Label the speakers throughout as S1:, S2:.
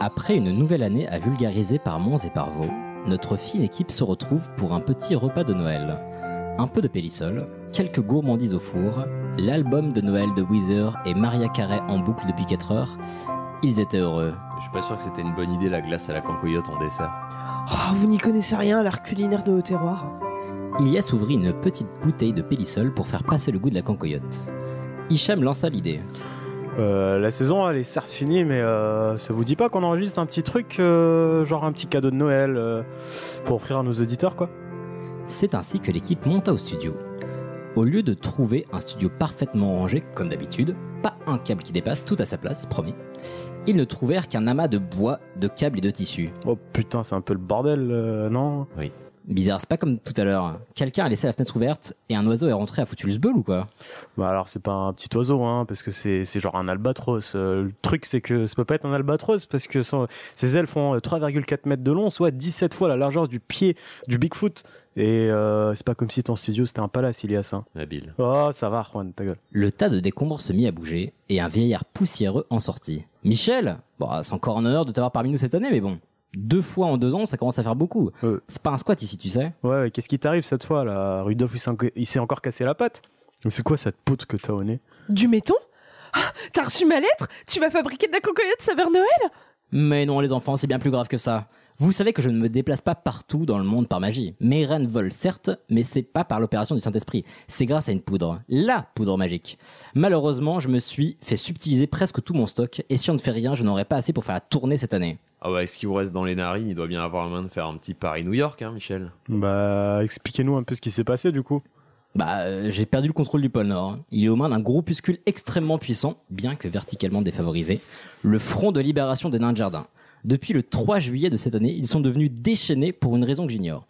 S1: Après une nouvelle année à vulgariser par Mons et par Vaux, notre fine équipe se retrouve pour un petit repas de Noël. Un peu de pélissole, quelques gourmandises au four, l'album de Noël de Weezer et Maria Carey en boucle depuis 4 heures. Ils étaient heureux.
S2: Je suis pas sûr que c'était une bonne idée la glace à la cancoyote en dessert.
S3: Oh, vous n'y connaissez rien à l'art culinaire de nos terroirs.
S1: Ilias ouvrit une petite bouteille de pélissole pour faire passer le goût de la cancoyote. Hicham lança l'idée.
S4: Euh, la saison, elle est certes finie, mais euh, ça vous dit pas qu'on enregistre un petit truc, euh, genre un petit cadeau de Noël, euh, pour offrir à nos auditeurs, quoi
S1: C'est ainsi que l'équipe monta au studio. Au lieu de trouver un studio parfaitement rangé, comme d'habitude, pas un câble qui dépasse, tout à sa place, promis, ils ne trouvèrent qu'un amas de bois, de câbles et de tissus.
S4: Oh putain, c'est un peu le bordel, euh, non
S1: Bizarre, c'est pas comme tout à l'heure. Quelqu'un a laissé la fenêtre ouverte et un oiseau est rentré à foutu le zbeul ou quoi
S4: Bah alors, c'est pas un petit oiseau, hein, parce que c'est c'est genre un albatros. Euh, le truc, c'est que ça peut pas être un albatros, parce que son- ses ailes font euh, 3,4 mètres de long, soit 17 fois la largeur du pied du Bigfoot. Et euh, c'est pas comme si ton studio, c'était un palace, Ilias. Hein.
S2: Nabil.
S4: Oh, ça va, Juan, ta gueule.
S1: Le tas de décombres se mit à bouger et un vieillard poussiéreux en sortit. Michel Bon, c'est encore un honneur de t'avoir parmi nous cette année, mais bon. Deux fois en deux ans, ça commence à faire beaucoup.
S4: Euh.
S1: C'est pas un squat ici, tu sais.
S4: Ouais, ouais, qu'est-ce qui t'arrive cette fois, là Rudolf, il s'est enco- il s'est encore cassé la patte. C'est quoi cette poutre que t'as au nez
S3: Du méton Ah, T'as reçu ma lettre Tu vas fabriquer de la cocoyote saveur Noël
S1: Mais non, les enfants, c'est bien plus grave que ça. Vous savez que je ne me déplace pas partout dans le monde par magie. Mes reines volent, certes, mais c'est pas par l'opération du Saint-Esprit. C'est grâce à une poudre. La poudre magique. Malheureusement, je me suis fait subtiliser presque tout mon stock, et si on ne fait rien, je n'aurai pas assez pour faire la tournée cette année.
S2: Ah bah, ce qui vous reste dans les narines, il doit bien avoir la main de faire un petit Paris-New York, hein, Michel.
S4: Bah, expliquez-nous un peu ce qui s'est passé, du coup.
S1: Bah, euh, j'ai perdu le contrôle du pôle Nord. hein. Il est aux mains d'un groupuscule extrêmement puissant, bien que verticalement défavorisé, le Front de Libération des Nains de Jardin. Depuis le 3 juillet de cette année, ils sont devenus déchaînés pour une raison que j'ignore.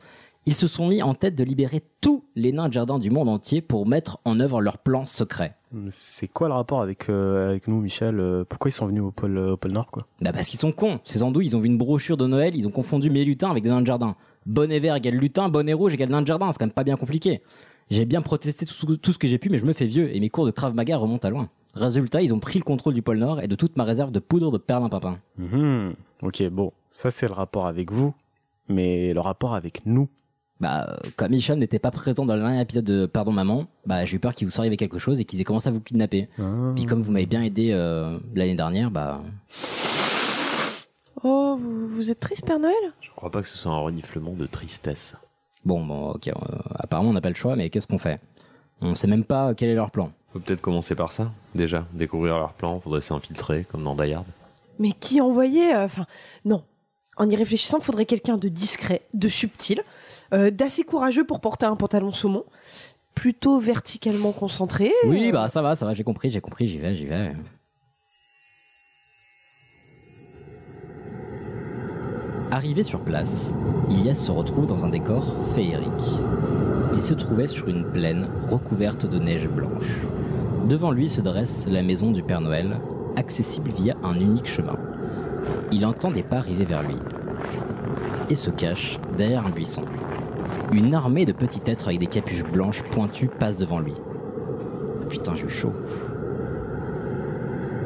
S1: Ils se sont mis en tête de libérer tous les nains de jardin du monde entier pour mettre en œuvre leur plan secret.
S4: C'est quoi le rapport avec, euh, avec nous, Michel Euh, Pourquoi ils sont venus au pôle, au pôle Nord, quoi
S1: Bah parce qu'ils sont cons. Ces andouilles, ils ont vu une brochure de Noël, ils ont confondu mes lutins avec des nains de jardin. Bonnet vert égale lutin, bonnet rouge égale nain de jardin, c'est quand même pas bien compliqué. J'ai bien protesté tout, tout ce que j'ai pu, mais je me fais vieux et mes cours de Krav Maga remontent à loin. Résultat, ils ont pris le contrôle du pôle Nord et de toute ma réserve de poudre de perlimpinpin.
S4: Mhm. Ok, bon, ça c'est le rapport avec vous, mais le rapport avec nous.
S1: Bah, euh, comme Hicham n'était pas présent dans le dernier épisode de Pardon Maman, bah j'ai eu peur qu'il vous soit arrivé quelque chose et qu'ils aient commencé à vous kidnapper.
S4: Ah.
S1: Puis comme vous m'avez bien aidé euh, l'année dernière, bah...
S3: Oh, vous, vous êtes triste, Père Noël
S2: Je crois pas que ce soit un reniflement de tristesse.
S1: Bon, bon, ok, euh, apparemment on n'a pas le choix, mais qu'est-ce qu'on fait On sait même pas quel est leur plan.
S2: Faut peut-être commencer par ça, déjà. Découvrir leur plan, faudrait s'infiltrer, comme dans Die Hard.
S3: Mais qui envoyait euh, Enfin, non. En y réfléchissant, faudrait quelqu'un de discret, de subtil, euh, d'assez courageux pour porter un pantalon saumon, plutôt verticalement concentré.
S1: Oui,
S3: euh,
S1: bah ça va, ça va, j'ai compris, j'ai compris, j'y vais, j'y vais. Arrivé sur place, Ilias se retrouve dans un décor féerique. Il se trouvait sur une plaine recouverte de neige blanche. Devant lui se dresse la maison du Père Noël, accessible via un unique chemin. Il entend des pas arriver vers lui et se cache derrière un buisson. Une armée de petits êtres avec des capuches blanches pointues passe devant lui. Ah, Putain, j'ai eu chaud.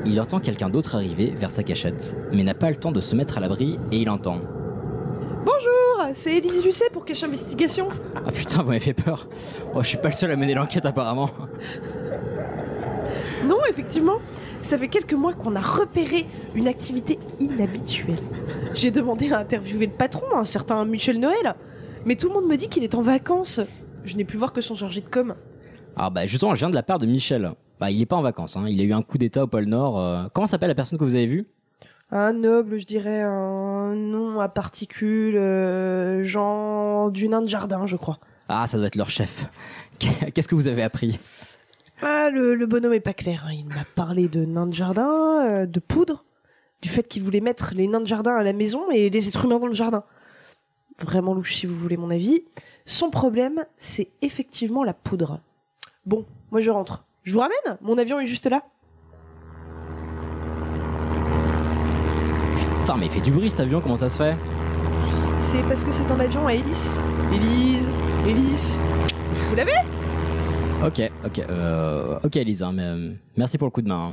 S1: Il entend quelqu'un d'autre arriver vers sa cachette, mais n'a pas le temps de se mettre à l'abri et il entend.
S3: Bonjour, Ah, c'est Élise Lucet pour Cache Investigation.
S1: Ah putain, vous m'avez fait peur. Oh, je suis pas le seul à mener l'enquête apparemment.
S3: Non, effectivement, ça fait quelques mois qu'on a repéré une activité inhabituelle. J'ai demandé à interviewer le patron, un certain Michel Noël, mais tout le monde me dit qu'il est en vacances. Je n'ai pu voir que son chargé de com.
S1: Ah bah justement, je viens de la part de Michel. Bah il est pas en vacances, hein. il a eu un coup d'état au pôle Nord. euh, Comment s'appelle la personne que vous avez vue
S3: Un noble, je dirais, un nom à particules, euh, genre du nain de jardin, je crois.
S1: Ah, ça doit être leur chef. Qu'est-ce que vous avez appris
S3: Ah, le, le bonhomme est pas clair. hein. Il m'a parlé de nains de jardin, euh, de poudre, du fait qu'il voulait mettre les nains de jardin à la maison et les êtres humains dans le jardin. Vraiment louche, si vous voulez mon avis. Son problème, c'est effectivement la poudre. Bon, moi je rentre. Je vous ramène Mon avion est juste là.
S1: Putain, mais il fait du bruit cet avion, comment ça se fait
S3: C'est parce que c'est un avion à hélice. Hélice, hélice. Vous l'avez
S1: Ok, ok, euh, ok Elise, hein, mais, euh, merci pour le coup de main. hein.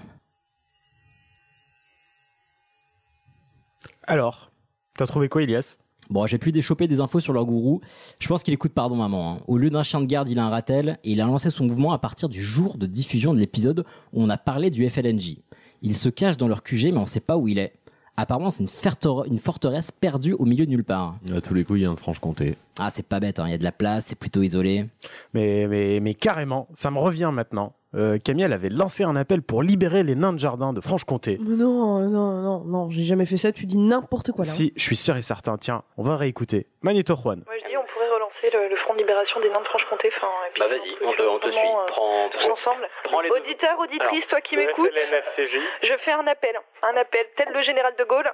S4: Alors, t'as trouvé quoi, Elias
S1: Bon, j'ai pu déchoper des infos sur leur gourou. Je pense qu'il écoute Pardon Maman. hein. Au lieu d'un chien de garde, il a un ratel et il a lancé son mouvement à partir du jour de diffusion de l'épisode où on a parlé du FLNJ. Il se cache dans leur QG, mais on sait pas où il est. Apparemment, c'est une, fertor- une forteresse perdue au milieu de nulle part.
S2: À tous les coups, il y a un Franche-Comté.
S1: Ah, c'est pas bête, hein. il y a de la place, c'est plutôt isolé.
S4: mais, mais, mais carrément, ça me revient maintenant. Euh, Camille, elle avait lancé un appel pour libérer les nains de jardin de Franche-Comté.
S3: Mais non, non, non, non, j'ai jamais fait ça, tu dis n'importe quoi là. hein.
S4: Si, je suis sûr et certain. Tiens, on va réécouter. Magneto Juan.
S5: Moi je dis on pourrait relancer le, le Front de Libération des Nains de Franche-Comté. Enfin, et puis
S6: Bah vas-y, on te, on te
S5: vraiment,
S6: suit.
S5: euh,
S6: Prends,
S5: Tous ensemble.
S6: prends les deux.
S5: Auditeur, auditrice, toi qui m'écoutes, je fais un appel. Un appel, tel le général de Gaulle.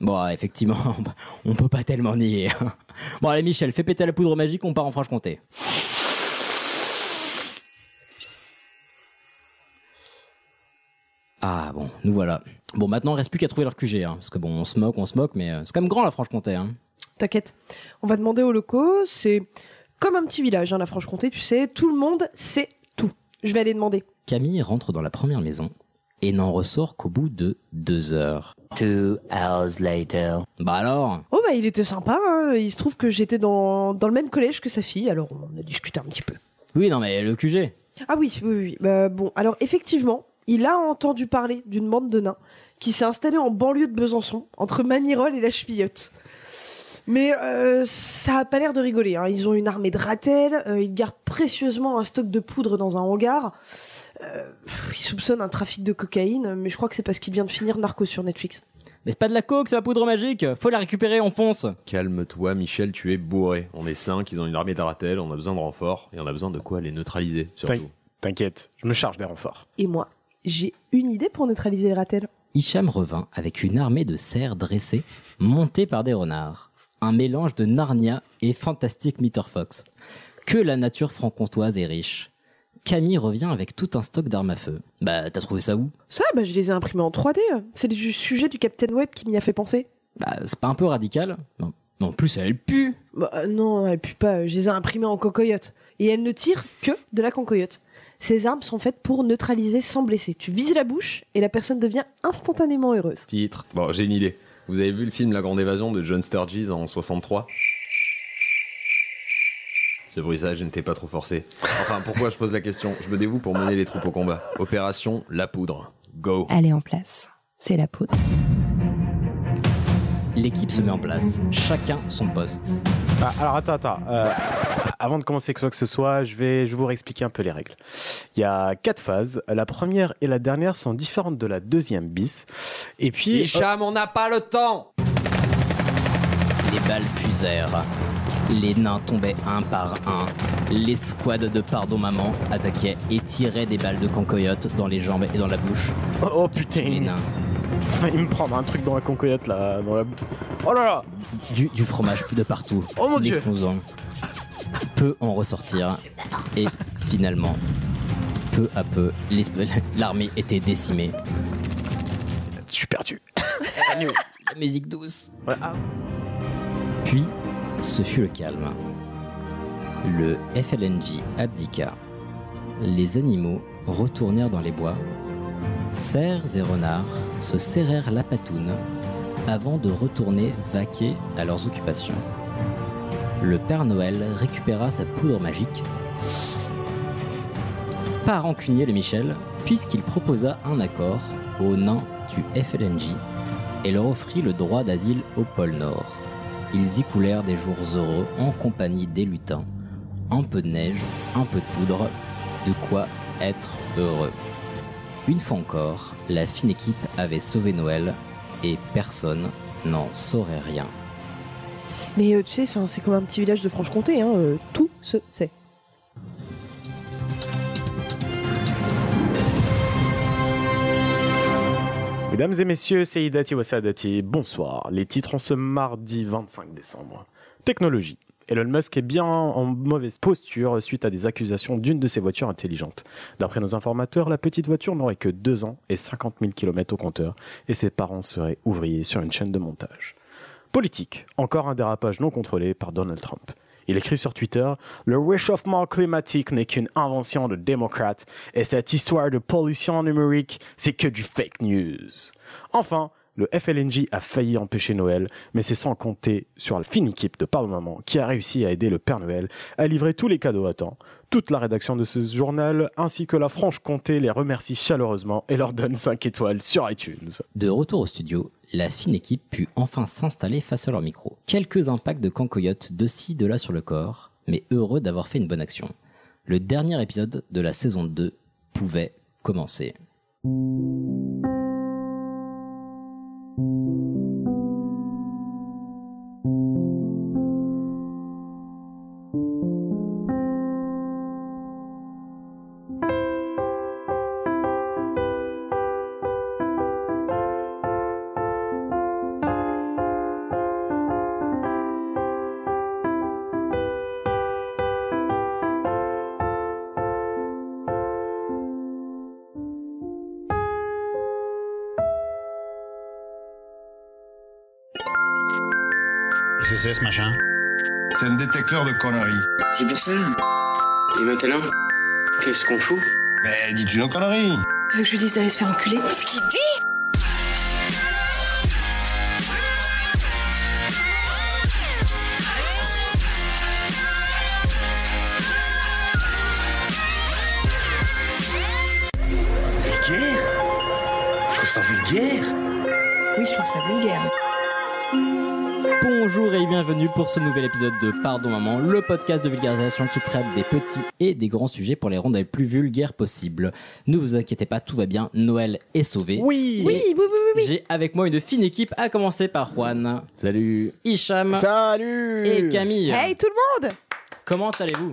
S1: Bon, ouais, effectivement, on peut pas tellement nier. hein. Bon, allez, Michel, fais péter la poudre magique, on part en Franche-Comté. Ah bon, nous voilà. Bon, maintenant, il reste plus qu'à trouver leur QG, hein, parce que bon, on se moque, on se moque, mais euh, c'est quand même grand la Franche-Comté. Hein.
S3: T'inquiète. On va demander aux locaux, c'est comme un petit village, hein, la Franche-Comté, tu sais, tout le monde sait tout. Je vais aller demander.
S1: Camille rentre dans la première maison et n'en ressort qu'au bout de deux heures.
S7: Two hours later.
S1: Bah alors
S3: Oh bah il était sympa, hein. il se trouve que j'étais dans, dans le même collège que sa fille, alors on a discuté un petit peu.
S1: Oui, non, mais le QG
S3: Ah oui, oui, oui. Bah, bon, alors effectivement, il a entendu parler d'une bande de nains qui s'est installée en banlieue de Besançon, entre Mamirol et la Chevillotte. Mais euh, ça a pas l'air de rigoler. hein. Ils ont une armée de ratels, euh, ils gardent précieusement un stock de poudre dans un hangar. Euh, pff, ils soupçonnent un trafic de cocaïne, mais je crois que c'est parce qu'il vient de finir Narco sur Netflix.
S1: Mais c'est pas de la coke, c'est la poudre magique Faut la récupérer, on fonce
S2: Calme-toi, Michel, tu es bourré. On est cinq, ils ont une armée d'Aratel, on a besoin de renforts, et on a besoin de quoi les neutraliser, surtout.
S4: T'inquiète, je me charge des renforts.
S3: Et moi, j'ai une idée pour neutraliser les ratels.
S1: Hicham revint avec une armée de cerfs dressés, montés par des renards. Un mélange de Narnia et Fantastic Mr. Fox. Que la nature franc-comtoise est riche. Camille revient avec tout un stock d'armes à feu. Bah, t'as trouvé ça où
S3: Ça, bah, je les ai imprimés en 3D. C'est le ju- sujet du Captain Web qui m'y a fait penser.
S1: Bah, c'est pas un peu radical Non. Mais en plus, elle pue
S3: Bah, euh, non, elle pue pas. Je les ai imprimées en concoyote. Et elle ne tire que de la concoyote. Ces armes sont faites pour neutraliser sans blesser. Tu vises la bouche et la personne devient instantanément heureuse.
S2: Titre. Bon, j'ai une idée. Vous avez vu le film La Grande Évasion de John Sturges en 63 Ce bruissage n'était pas trop forcé. Enfin, pourquoi je pose la question Je me dévoue pour mener les troupes au combat. Opération La Poudre. Go
S8: Elle est en place. C'est la poudre.
S1: L'équipe se met en place, chacun son poste.
S4: Ah, alors attends, attends. Euh, avant de commencer quoi que ce soit, je vais, je vais vous réexpliquer un peu les règles. Il y a quatre phases. La première et la dernière sont différentes de la deuxième bis. Et puis,
S2: on n'a pas le temps
S1: Les balles fusèrent. Les nains tombaient un par un. L'escouade de Pardon Maman attaquait et tirait des balles de cancoyote dans les jambes et dans la bouche.
S4: oh, oh,
S1: Les
S4: putain,
S1: nains.
S4: il me prendre un truc dans la concoyote là, dans la. Oh là là.
S1: Du, du fromage de partout.
S4: Oh mon Dieu.
S1: L'explosion. Peu en ressortir. Et finalement, peu à peu, l'esp- l'armée était décimée.
S4: Je suis perdu.
S1: La musique douce.
S4: Ouais, ah.
S1: Puis, ce fut le calme. Le FLNJ abdiqua. Les animaux retournèrent dans les bois. Cerfs et renards se serrèrent la patoune avant de retourner vaquer à leurs occupations. Le Père Noël récupéra sa poudre magique. Pas rancunier le Michel, puisqu'il proposa un accord aux nains du FLNJ et leur offrit le droit d'asile au pôle Nord. Ils y coulèrent des jours heureux en compagnie des lutins. Un peu de neige, un peu de poudre, de quoi être heureux. Une fois encore, la fine équipe avait sauvé Noël et personne n'en saurait rien.
S3: Mais euh, tu sais, 'fin, c'est comme un petit village de Franche-Comté. Hein, euh, tout se sait.
S4: Mesdames et messieurs, c'est Hidati Wasadati. Bonsoir. Les titres en ce mardi 25 décembre. Technologie. Elon Musk est bien en mauvaise posture suite à des accusations d'une de ses voitures intelligentes. D'après nos informateurs, la petite voiture n'aurait que 2 ans et 50 000 km au compteur et ses parents seraient ouvriers sur une chaîne de montage. Politique. Encore un dérapage non contrôlé par Donald Trump. Il écrit sur Twitter Le réchauffement climatique n'est qu'une invention de démocrates et cette histoire de pollution numérique, c'est que du fake news. Enfin, Le FLNJ a failli empêcher Noël, mais c'est sans compter sur la fine équipe de Pardon Maman qui a réussi à aider le Père Noël à livrer tous les cadeaux à temps. Toute la rédaction de ce journal ainsi que la Franche-Comté les remercie chaleureusement et leur donne 5 étoiles sur iTunes.
S1: De retour au studio, la fine équipe put enfin s'installer face à leur micro. Quelques impacts de cancoyote de ci, de là sur le corps, mais heureux d'avoir fait une bonne action. Le dernier épisode de la saison 2 pouvait commencer.
S6: Qu'est-ce que c'est ce machin
S9: C'est un détecteur de conneries.
S10: C'est pour ça. Et maintenant Qu'est-ce qu'on fout
S9: Mais dis-tu nos conneries
S11: Tu veux que je lui dise d'aller se faire enculer
S12: Ce qu'il dit
S6: Vulgaire Je trouve ça vulgaire
S11: Oui, je trouve ça vulgaire.
S1: Bonjour et bienvenue pour ce nouvel épisode de Pardon Maman, le podcast de vulgarisation qui traite des petits et des grands sujets pour les rendre les plus vulgaires possibles. Ne vous inquiétez pas, tout va bien, Noël est sauvé.
S4: Oui
S3: Oui, oui, oui, oui, oui.
S1: J'ai avec moi une fine équipe, à commencer par Juan,
S2: Salut
S1: Hicham
S4: Salut
S1: et Camille.
S3: Hey, tout le monde
S1: Comment allez-vous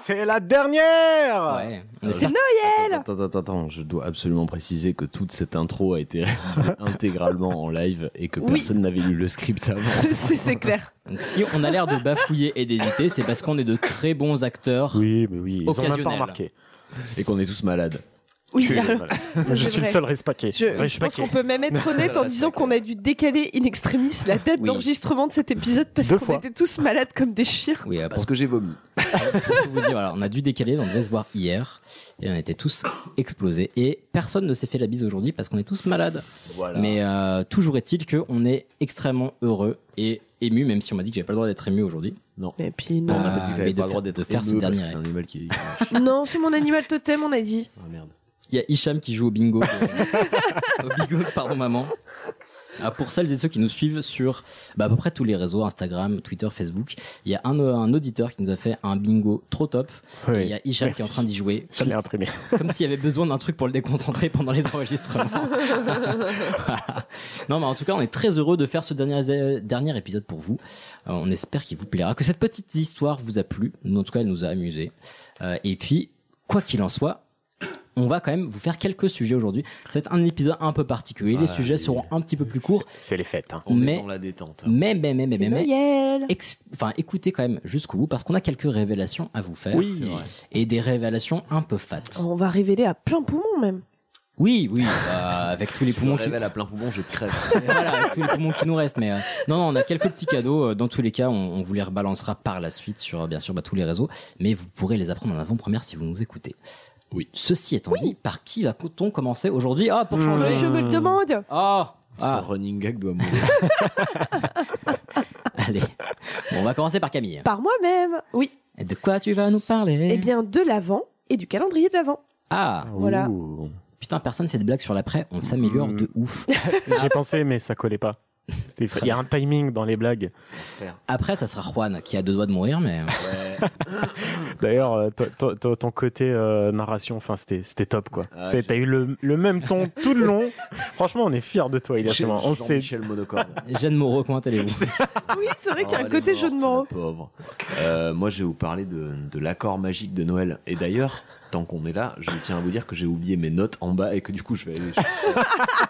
S4: C'est la
S3: Ah.
S4: dernière
S1: Ouais, on
S3: C'est
S1: espère-
S3: Noël
S2: Attends, attends, attends, je dois absolument préciser que toute cette intro a été réalisée intégralement en live et que
S3: Oui.
S2: personne n'avait lu le script avant.
S3: C'est c'est clair.
S1: Donc, si on a l'air de bafouiller et d'hésiter, c'est parce qu'on est de très bons acteurs.
S4: Oui, mais oui, ils en ont même
S1: Occasionnel.
S4: pas remarqué.
S2: Et qu'on est tous malades.
S3: Oui,
S4: Que-
S3: alors,
S4: voilà. je
S3: c'est
S4: suis le
S3: vrai.
S4: seul respaqué.
S3: Je, je pense
S4: Respaqué.
S3: qu'on peut même être honnête en disant qu'on a dû décaler in extremis la date
S2: Oui.
S3: d'enregistrement de cet épisode parce
S4: Deux
S3: qu'on
S4: fois.
S3: était tous malades comme des chiens.
S1: Oui, euh, pour,
S2: Parce que j'ai vomi.
S1: pour tout vous dire, voilà, on a dû décaler, on devait se voir hier et on était tous explosés. Et personne ne s'est fait la bise aujourd'hui parce qu'on est tous malades.
S2: Voilà.
S1: Mais euh, toujours est-il qu'on est extrêmement heureux et ému, même si on m'a dit que j'avais pas le droit d'être ému aujourd'hui.
S3: Et puis
S2: Non,
S3: non.
S2: on n'a pas dit
S1: Ah,
S2: qu'il
S1: mais
S2: avait
S1: de
S2: pas
S1: faire-
S2: le droit d'être
S1: de faire ce
S2: fameux parce que
S1: dernier
S2: C'est un animal qui.
S3: Non, c'est mon animal totem, on a dit.
S2: Ah, merde.
S1: Il y a Hicham qui joue au bingo. au bingo, pardon maman. Ah, pour celles et ceux qui nous suivent sur bah, à peu près tous les réseaux, Instagram, Twitter, Facebook, il y a un, un auditeur qui nous a fait un bingo trop top. Et Il y a Hicham qui est en
S4: Merci.
S1: train d'y jouer,
S4: Je
S1: comme
S4: l'ai
S1: si-
S4: imprimé.
S1: comme s'il y avait besoin d'un truc pour le déconcentrer pendant les enregistrements. Voilà. Non, mais en tout cas, on est très heureux de faire ce dernier, euh, dernier épisode pour vous. Euh, on espère qu'il vous plaira, que cette petite histoire vous a plu. Nous, En tout cas, elle nous a amusés. Euh, et puis, quoi qu'il en soit, on va quand même vous faire quelques sujets aujourd'hui. C'est un épisode un peu particulier. Les
S2: Voilà,
S1: sujets
S2: oui.
S1: seront un petit peu plus courts.
S4: C'est les fêtes. hein.
S2: On
S1: Mais-
S2: est dans la détente. hein.
S1: Mais, mais, mais, mais, mais,
S3: C'est
S1: mais,
S3: Noël
S1: ex- enfin, écoutez quand même jusqu'au bout parce qu'on a quelques révélations à vous faire.
S4: Oui.
S1: Et des révélations un peu fat.
S3: On va révéler à plein poumon même.
S1: Oui, oui, bah, avec tous les
S2: Je me
S1: poumons qui,
S2: révèle à plein poumon, je crève.
S1: voilà, avec tous les poumons qui nous restent. Mais euh, non, non, on a quelques petits cadeaux. euh, Dans tous les cas, on, on vous les rebalancera par la suite sur, euh, bien sûr, bah, tous les réseaux. Mais vous pourrez les apprendre en avant-première si vous nous écoutez.
S2: Oui.
S1: Ceci étant dit, par qui va-t-on commencer aujourd'hui Ah, pour changer
S3: Je me le demande.
S1: Ah
S2: Ce running gag doit mourir.
S1: Allez, Bon, on va commencer par Camille.
S3: Par moi-même. Oui.
S1: Et De quoi tu vas nous parler
S3: Eh bien, de l'avant et du calendrier de l'avant.
S1: Ah,
S3: Voilà.
S4: Ouh.
S1: putain, personne fait de blagues sur l'après. On s'améliore
S3: Hmm.
S1: de ouf.
S4: J'ai pensé, mais ça collait pas. C'était- Il y a un timing dans les blagues.
S1: Après, ça sera Juan qui a deux doigts de mourir, mais euh,
S4: D'ailleurs, euh, to- to- to- ton côté euh, narration, enfin, c'était c'était top quoi.
S2: Ah,
S4: C'est-
S2: j'ai-
S4: T'as eu le, le même ton tout le long. Franchement, on est fiers de toi,
S2: Chez-
S4: Ilyasema. On sait.
S2: Jean-Michel Monocorde.
S1: Jeanne Moreau, comment allez-vous
S3: Oui, c'est vrai qu'il y
S2: Oh,
S3: a un
S2: elle
S3: côté
S2: est
S3: jeu de
S2: morte,
S3: mots.
S2: la pauvre. Euh, moi, je vais vous parler de, de l'accord magique de Noël. Et d'ailleurs, tant qu'on est là, je tiens à vous dire que j'ai oublié mes notes en bas et que du coup, je vais aller.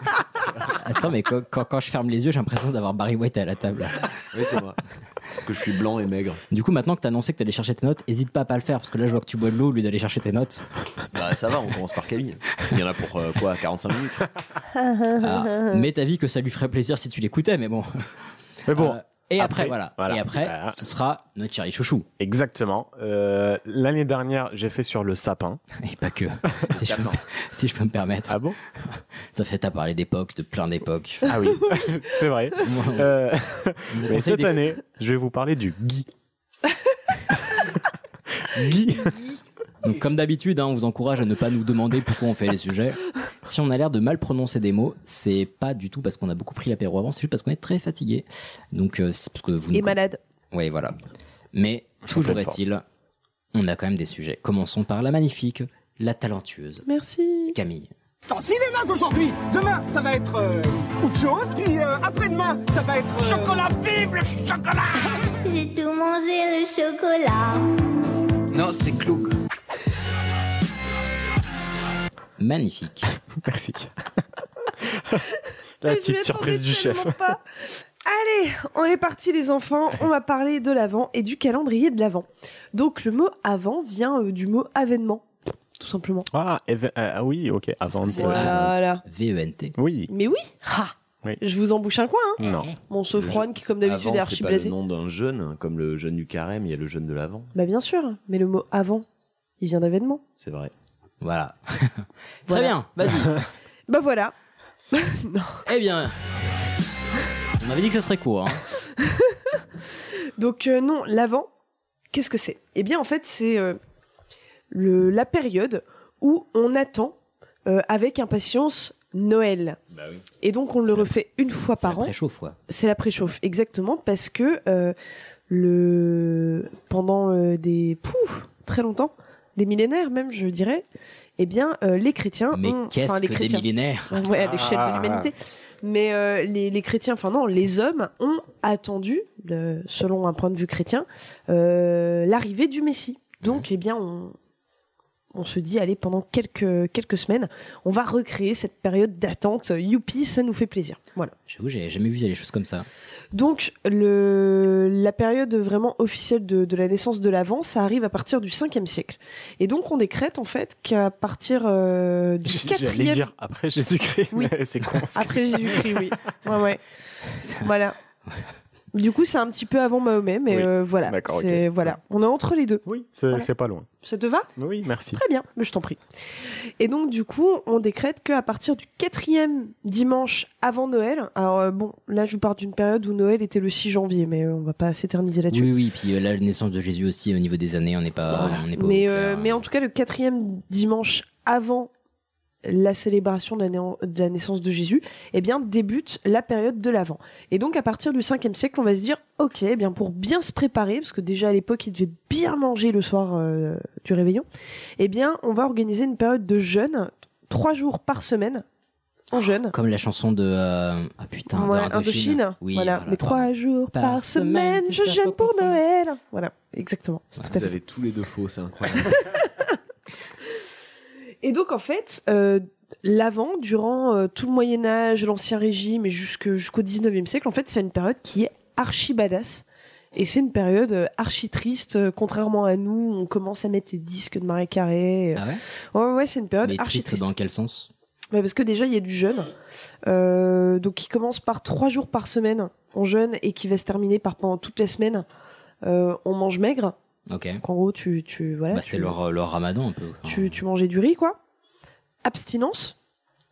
S1: Attends, mais quand, quand- quand je ferme les yeux, j'ai l'impression d'avoir Barry White à la table.
S2: oui, c'est moi. Parce que je suis blanc et maigre.
S1: Du coup, maintenant que t'as annoncé que t'allais chercher tes notes, hésite pas à pas le faire, parce que là, je vois que tu bois de l'eau au lieu d'aller chercher tes notes.
S2: Bah, ça va, on commence par Camille. Il y en a pour euh, quoi 45 minutes
S1: Ah, mais t'as vu que ça lui ferait plaisir si tu l'écoutais, mais bon.
S4: Mais bon,
S1: Euh, et après,
S4: après,
S1: voilà.
S4: voilà. Bah,
S1: Et après,
S4: Voilà.
S1: ce sera notre chéri chouchou.
S4: exactement. Euh, L'année dernière, j'ai fait sur le sapin.
S1: Et pas que. si, je peux, si je peux me permettre.
S4: Ah bon
S1: T'as fait à parler d'époque, de plein d'époques.
S4: Ah oui, c'est vrai. Euh,
S1: Vous
S4: mais
S1: pensez
S4: cette
S1: des-
S4: année, je vais vous parler du Guy. Guy.
S1: Donc, comme d'habitude, hein, on vous encourage à ne pas nous demander pourquoi on fait les sujets. Si on a l'air de mal prononcer des mots, c'est pas du tout parce qu'on a beaucoup pris l'apéro avant, c'est juste parce qu'on est très fatigué. Donc, euh, c'est parce que vous.
S3: Et
S1: nous-
S3: malade.
S1: Oui, voilà. Mais toujours est-il, on a quand même des sujets. Commençons par la magnifique, la talentueuse
S3: Merci.
S1: Camille.
S12: En cinéma aujourd'hui, demain ça va être euh, autre chose, puis euh, après-demain ça va être euh, chocolat. Vive le chocolat
S13: J'ai tout mangé le chocolat.
S1: Non, c'est Cloug. Magnifique.
S4: Merci. La
S3: Je
S4: petite
S3: m'y
S4: surprise
S3: attendais
S4: du chef.
S3: tellement pas. Allez, on est parti les enfants, on va parler de l'avant et du calendrier de l'avant. Donc le mot avant vient euh, du mot avènement, tout simplement.
S4: Ah, eh ben, euh, ah oui, ok. Avant
S1: que
S4: de-
S1: c'est
S3: Voilà.
S1: V-E-N-T.
S4: Oui.
S3: Mais oui, ha
S4: Oui.
S3: je vous embouche un coin. Hein.
S2: Non.
S3: Mon Sofroine qui comme d'habitude
S2: Avant,
S3: est archi
S2: c'est pas le
S3: blasé.
S2: nom d'un jeune, comme le jeune du carême, il y a le jeune de l'avant.
S3: Bah bien sûr, mais le mot avant, il vient d'avènement.
S2: C'est vrai.
S1: Voilà.
S3: Voilà.
S1: Très bien, vas-y.
S3: Bah voilà.
S1: eh bien, on m'avait dit que ce serait court. hein.
S3: Donc euh, non, l'avant, qu'est-ce que c'est Eh bien en fait c'est euh, le- la période où on attend euh, avec impatience Noël.
S1: Bah
S3: Et donc on le refait une fois par an.
S1: Préchauffe, ouais.
S3: C'est la préchauffe, exactement, parce que euh, le pendant euh, des pouf, très longtemps, des millénaires même, je dirais, eh bien euh, les chrétiens
S1: Mais
S3: ont-
S1: qu'est-ce
S3: enfin, les
S1: que des
S3: chrétiens,
S1: millénaires
S3: Ouais, à l'échelle
S1: Ah.
S3: de l'humanité. Mais euh, les, les chrétiens, enfin non, les hommes ont attendu, euh, selon un point de vue chrétien, euh, l'arrivée du Messie. Donc, eh bien, on, on se dit, allez, pendant quelques, quelques semaines, on va recréer cette période d'attente. Youpi, ça nous fait plaisir. Voilà.
S1: J'avoue, j'avais jamais vu des choses comme ça.
S3: Donc, le, la période vraiment officielle de, de la naissance de l'Avent, ça arrive à partir du 5e siècle. Et donc, on décrète en fait qu'à partir euh, du Ah.
S4: J'allais
S3: 4e
S4: dire après Jésus-Christ, mais c'est con. ce
S3: après Jésus-Christ, oui. Ouais, ouais. Voilà. Du coup, c'est un petit peu avant Mahomet, mais
S4: Oui.
S3: euh, voilà.
S4: D'accord, ok.
S3: C'est- voilà. On est entre les deux.
S4: Oui, C'est
S3: Voilà.
S4: c'est pas loin.
S3: Ça te va
S4: Oui, merci.
S3: Très bien, mais je t'en prie. Et donc, du coup, on décrète qu'à partir du quatrième dimanche avant Noël, alors euh, bon, là, je vous parle d'une période où Noël était le 6 janvier, mais euh, on va pas s'éterniser là-dessus.
S1: Oui, oui, puis euh, là, la naissance de Jésus aussi, au niveau des années, on n'est pas, on n'est pas au
S3: mais,
S1: clair. hein.
S3: euh, mais en tout cas, le quatrième dimanche avant la célébration de la, néan- de la naissance de Jésus, eh bien, débute la période de l'Avent. Et donc, à partir du 5e siècle, on va se dire, ok, eh bien, pour bien se préparer, parce que déjà à l'époque, il devait bien manger le soir euh, du réveillon, eh bien, on va organiser une période de jeûne, trois jours par semaine,
S1: Oh,
S3: en jeûne.
S1: Comme la chanson de. euh, Ah putain,
S3: Ouais,
S1: de Indochine.
S3: Indochine.
S1: Oui,
S3: voilà,
S1: voilà,
S3: les trois
S1: pardon.
S3: jours par,
S1: Par
S3: semaine,
S1: semaine,
S3: je
S1: c'est
S3: jeûne pour Noël. Voilà, exactement. C'est tout à
S2: Vous
S3: fait ça.
S2: avez tous les deux faux, c'est incroyable.
S3: Et donc en fait, euh, l'avant, durant euh, tout le Moyen Âge, l'Ancien Régime et jusque- jusqu'au 19e siècle, en fait, c'est une période qui est archi badass. Et c'est une période euh, archi triste, euh, contrairement à nous, on commence à mettre les disques de Marie Carré. euh.
S1: Ah ouais
S3: ouais, ouais, c'est une période
S1: Mais
S3: archi
S1: triste
S3: triste.
S1: dans quel sens
S3: Ouais, parce que déjà, il y a du jeûne, euh, donc qui commence par trois jours par semaine, on jeûne, et qui va se terminer par pendant toute la semaine, euh, on mange maigre.
S1: Ok.
S3: Donc en gros, tu, tu voilà.
S1: Bah, c'était
S3: tu-
S1: leur, leur ramadan un peu. enfin.
S3: tu, tu mangeais du riz, quoi. Abstinence.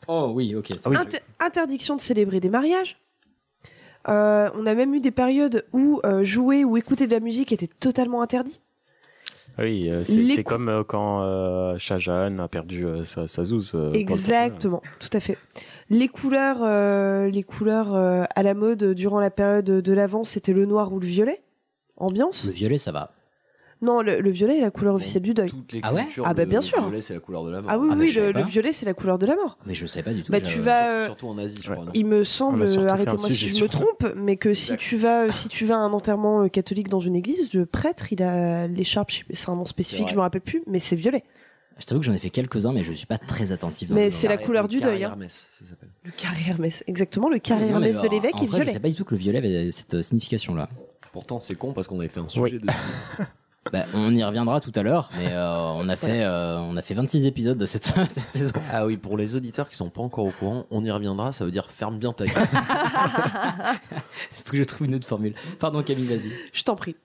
S1: Oh oui, ok. ça-
S3: Inter- interdiction de célébrer des mariages. Euh, on a même eu des périodes où euh, jouer ou écouter de la musique était totalement interdit.
S4: Oui, euh, c'est
S3: Les
S4: c'est
S3: cou-
S4: comme euh, quand euh, Shahjahan a perdu euh, sa, sa zouze. euh, pour le
S3: Exactement, tout à fait. Les couleurs, euh, les couleurs euh, à la mode durant la période de l'avant, c'était le noir ou le violet. Ambiance
S1: Le violet, ça va.
S3: Non, le, le violet est la couleur officielle du deuil.
S2: Les
S1: Ah ouais
S2: cultures,
S3: Ah bah
S2: le-
S3: bien
S2: le
S3: sûr.
S2: violet, c'est la couleur de la mort.
S3: Ah oui,
S1: Ah bah,
S3: oui,
S1: je savais
S3: le,
S1: pas.
S3: le violet, c'est la couleur de la mort.
S1: Mais je savais pas du tout.
S3: Bah,
S1: j'avais-
S3: tu vas, euh,
S2: Surtout en Asie, je crois. non
S3: Il me
S4: On
S3: semble,
S4: a surtout fait un
S3: arrêtez-moi si
S4: sujet
S3: je
S4: sur
S3: me
S4: ça.
S3: trompe, mais que si tu vas, si tu vas à un enterrement euh, catholique dans une église, le prêtre, il a l'écharpe, je sais- c'est un nom spécifique,
S1: vrai.
S3: je me rappelle plus, mais c'est violet.
S1: Je t'avoue que j'en ai fait quelques-uns, mais je suis pas très attentif. dans
S3: Mais
S1: ce
S3: c'est la
S1: genre.
S3: couleur du deuil. hein.
S2: Hermès, ça s'appelle.
S3: Le carré Hermès, exactement, le carré
S1: Non, mais
S3: Hermès de
S1: en-
S3: l'évêque
S1: bah, en
S3: est
S1: vrai, Je
S3: violet.
S1: sais pas du tout que le violet avait cette euh, signification-là.
S2: Pourtant, c'est con parce qu'on avait fait un sujet de.
S1: Bah, on y reviendra tout à l'heure, mais euh, on, a fait, euh, on a fait 26 épisodes de cette, cette saison.
S2: Ah oui, pour les auditeurs qui sont pas encore au courant, on y reviendra, ça veut dire ferme bien ta gueule.
S1: Faut que je trouve une autre formule. Pardon Camille, vas-y.
S3: Je t'en prie.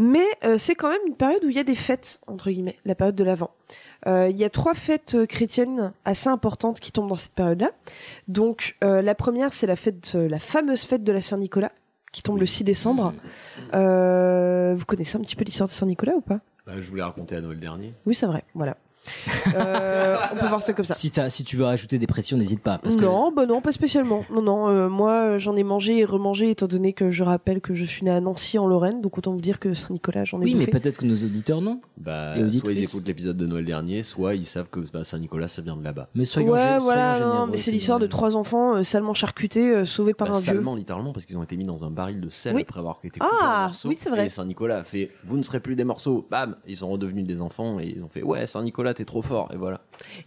S3: Mais euh, c'est quand même une période où il y a des fêtes, entre guillemets, la période de l'Avent. Euh, Il y a trois fêtes euh, chrétiennes assez importantes qui tombent dans cette période-là. Donc euh, la première, c'est la fête, euh, la fameuse fête de la Saint-Nicolas, qui tombe le 6 décembre. Euh, vous connaissez un petit peu l'histoire de Saint-Nicolas ou pas
S2: Bah, je vous l'ai raconté à Noël dernier.
S3: Oui, c'est vrai, voilà. Euh, on peut voir ça comme ça.
S1: Si, t'as- si tu veux rajouter des pressions, n'hésite pas. Parce que
S3: Non, bah non, pas spécialement. Non, non, euh, moi euh, j'en ai mangé et remangé étant donné que je rappelle que je suis née à Nancy en Lorraine, donc autant vous dire que Saint-Nicolas, j'en ai
S1: Oui, mais
S3: bouffé.
S1: peut-être que nos auditeurs non. Et
S2: Bah, soit ils
S1: auditrices.
S2: écoutent l'épisode de Noël dernier, soit ils savent que bah, Saint-Nicolas, ça vient de là-bas.
S1: Mais soyons,
S3: ouais,
S1: gé-
S3: voilà,
S1: soyons
S3: non,
S1: généreux.
S3: mais c'est l'histoire de trois enfants euh, salement charcutés, euh, sauvés par
S2: Bah,
S3: un vieux.
S2: salement, littéralement, parce qu'ils ont été mis dans un baril de sel
S3: Oui.
S2: après avoir été
S3: Ah,
S2: coupés en morceaux.
S3: oui, c'est vrai.
S2: Et Saint-Nicolas a fait Vous ne serez plus des morceaux. Bam Ils sont redevenus des enfants et ils ont fait Ouais, Saint-Nicolas, t'es trop fort. Et voilà.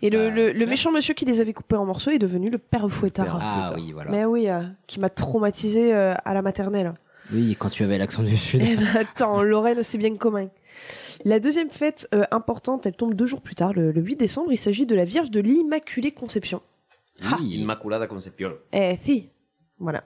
S3: Et le, le- le méchant monsieur qui les avait coupés en morceaux est devenu le père fouettard.
S1: Ah oui, voilà.
S3: Mais oui, euh, qui m'a traumatisé euh, à la maternelle.
S1: Oui, quand tu avais l'accent du sud.
S3: Eh ben, attends, en Lorraine, c'est bien commun. La deuxième fête euh, importante, elle tombe deux jours plus tard, le, le 8 décembre. Il s'agit de la Vierge de l'Immaculée Conception. Ah.
S2: Immaculada Concepción.
S3: Eh, si. Voilà.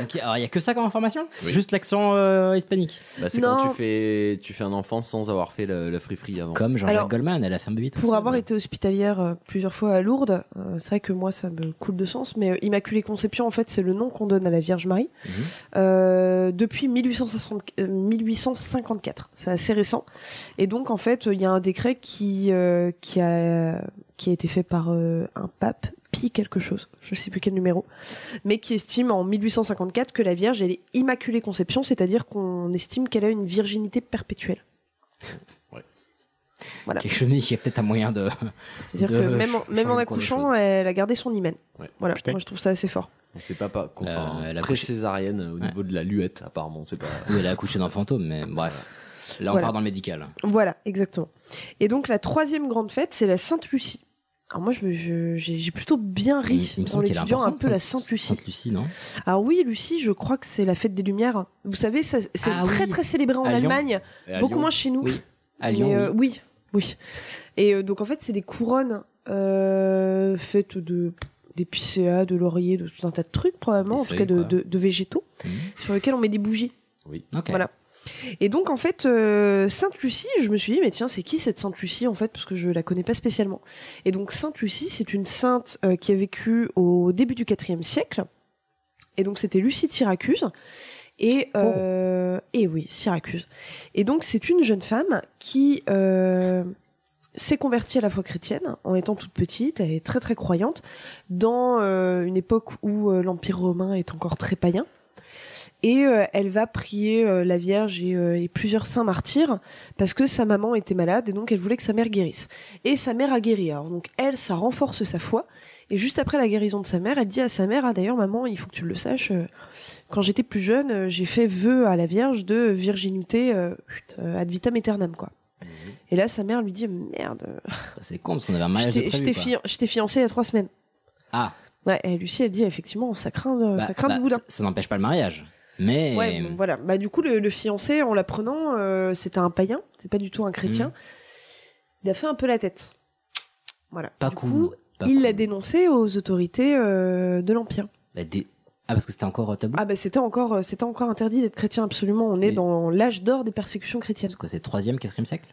S1: Donc, alors, il n'y a que ça comme information Juste l'accent euh, hispanique.
S2: Bah, c'est
S3: Non.
S2: quand tu fais, tu fais un enfant sans avoir fait la, la free-free avant.
S1: Comme Jean-Jacques
S3: Alors,
S1: Goldman, elle a fait un baby tout
S3: Pour
S1: seul.
S3: avoir été hospitalière euh, plusieurs fois à Lourdes, euh, c'est vrai que moi, ça me coule de sens, mais euh, Immaculée Conception, en fait, c'est le nom qu'on donne à la Vierge Marie euh, depuis 1860 euh, 1854. C'est assez récent. Et donc, en fait, il y a un décret qui, euh, qui, a, qui a été fait par euh, un pape, Pie quelque chose, je sais plus quel numéro, mais qui estime en 1854 que la Vierge, elle est Immaculée Conception, c'est-à-dire qu'on estime qu'elle a une virginité perpétuelle. voilà.
S1: Quelque chose, il y a peut-être un moyen de.
S3: C'est-à-dire
S1: de
S3: que même en,
S1: ch-
S3: même en
S1: changer le cours des
S3: accouchant, elle a gardé son hymen.
S2: Ouais.
S3: Voilà,
S2: Putain.
S3: moi je trouve ça assez fort.
S2: C'est pas, pas
S1: Euh, elle
S2: la
S1: a couché-
S2: césarienne au niveau de la luette, apparemment. C'est pas.
S1: Oui, elle a accouché d'un fantôme, mais bref. Là, on
S3: Voilà.
S1: part dans le médical.
S3: Voilà, exactement. Et donc la troisième grande fête, c'est la Sainte-Lucie. Alors moi, je me- je- j'ai j'ai plutôt bien ri
S1: Il me
S3: en
S1: semble qu'elle est
S3: étudiant un
S1: importante.
S3: peu la Sainte-Lucie.
S1: Sainte-Lucie, non
S3: Alors oui, Lucie, je crois que c'est la fête des Lumières. Vous savez, ça- c'est
S1: Ah
S3: très
S1: oui.
S3: très célébré en
S1: À Lyon.
S3: Allemagne,
S1: Et à
S3: beaucoup
S1: Lyon.
S3: moins chez nous.
S1: Oui. À Lyon,
S3: Mais, euh, oui. oui, Et euh, donc en fait, c'est des couronnes euh, faites de d'épicéas, de laurier, de tout un tas de trucs probablement,
S1: Des
S3: en tout cas
S1: feuilles,
S3: de,
S1: quoi. Mmh.
S3: de- de végétaux, sur lesquels on met des bougies.
S2: Oui.
S1: Ok.
S3: Voilà. Et donc en fait, euh, Sainte Lucie, je me suis dit mais tiens c'est qui cette Sainte Lucie en fait parce que je la connais pas spécialement. Et donc Sainte Lucie c'est une sainte euh, qui a vécu au début du IVe siècle. Et donc c'était Lucie de Syracuse. Et euh, et oui Syracuse. Et donc c'est une jeune femme qui euh, s'est convertie à la foi chrétienne en étant toute petite. Elle est très très croyante dans euh, une époque où euh, l'Empire romain est encore très païen. Et euh, elle va prier euh, la Vierge et, euh, et plusieurs saints martyrs parce que sa maman était malade et donc elle voulait que sa mère guérisse. Et sa mère a guéri. Alors donc elle, ça renforce sa foi. Et juste après la guérison de sa mère, elle dit à sa mère, ah d'ailleurs maman, il faut que tu le saches, euh, quand j'étais plus jeune, euh, j'ai fait vœu à la Vierge de virginité euh, chut, euh, ad vitam aeternam quoi.
S1: Mmh.
S3: Et là sa mère lui dit, merde, euh,
S1: C'est con parce qu'on avait un mariage de
S3: j'étais
S1: prévu.
S3: j'étais
S1: quoi.
S3: fian- j'étais fiancée il y a trois semaines.
S1: Ah,
S3: Ouais, et Lucie elle dit effectivement, ça craint, de-
S1: bah,
S3: ça craint
S1: bah,
S3: du boudin.
S1: ça- Ça n'empêche pas le mariage. Mais.
S3: Ouais, bon, voilà. Bah, du coup, le, le fiancé, en l'apprenant, euh, c'était un païen, c'est pas du tout un chrétien.
S1: Mm.
S3: Il a fait un peu la tête. Voilà.
S1: Pas
S3: du
S1: cool,
S3: coup,
S1: pas
S3: il
S1: cool.
S3: l'a dénoncé aux autorités euh, de l'Empire.
S1: la dé- Ah, parce que c'était encore euh, tabou.
S3: Ah, bah, c'était encore, euh, c'était encore interdit d'être chrétien, absolument. On est dans l'âge d'or des persécutions chrétiennes.
S1: Quoi, c'est 3ème, 4ème siècle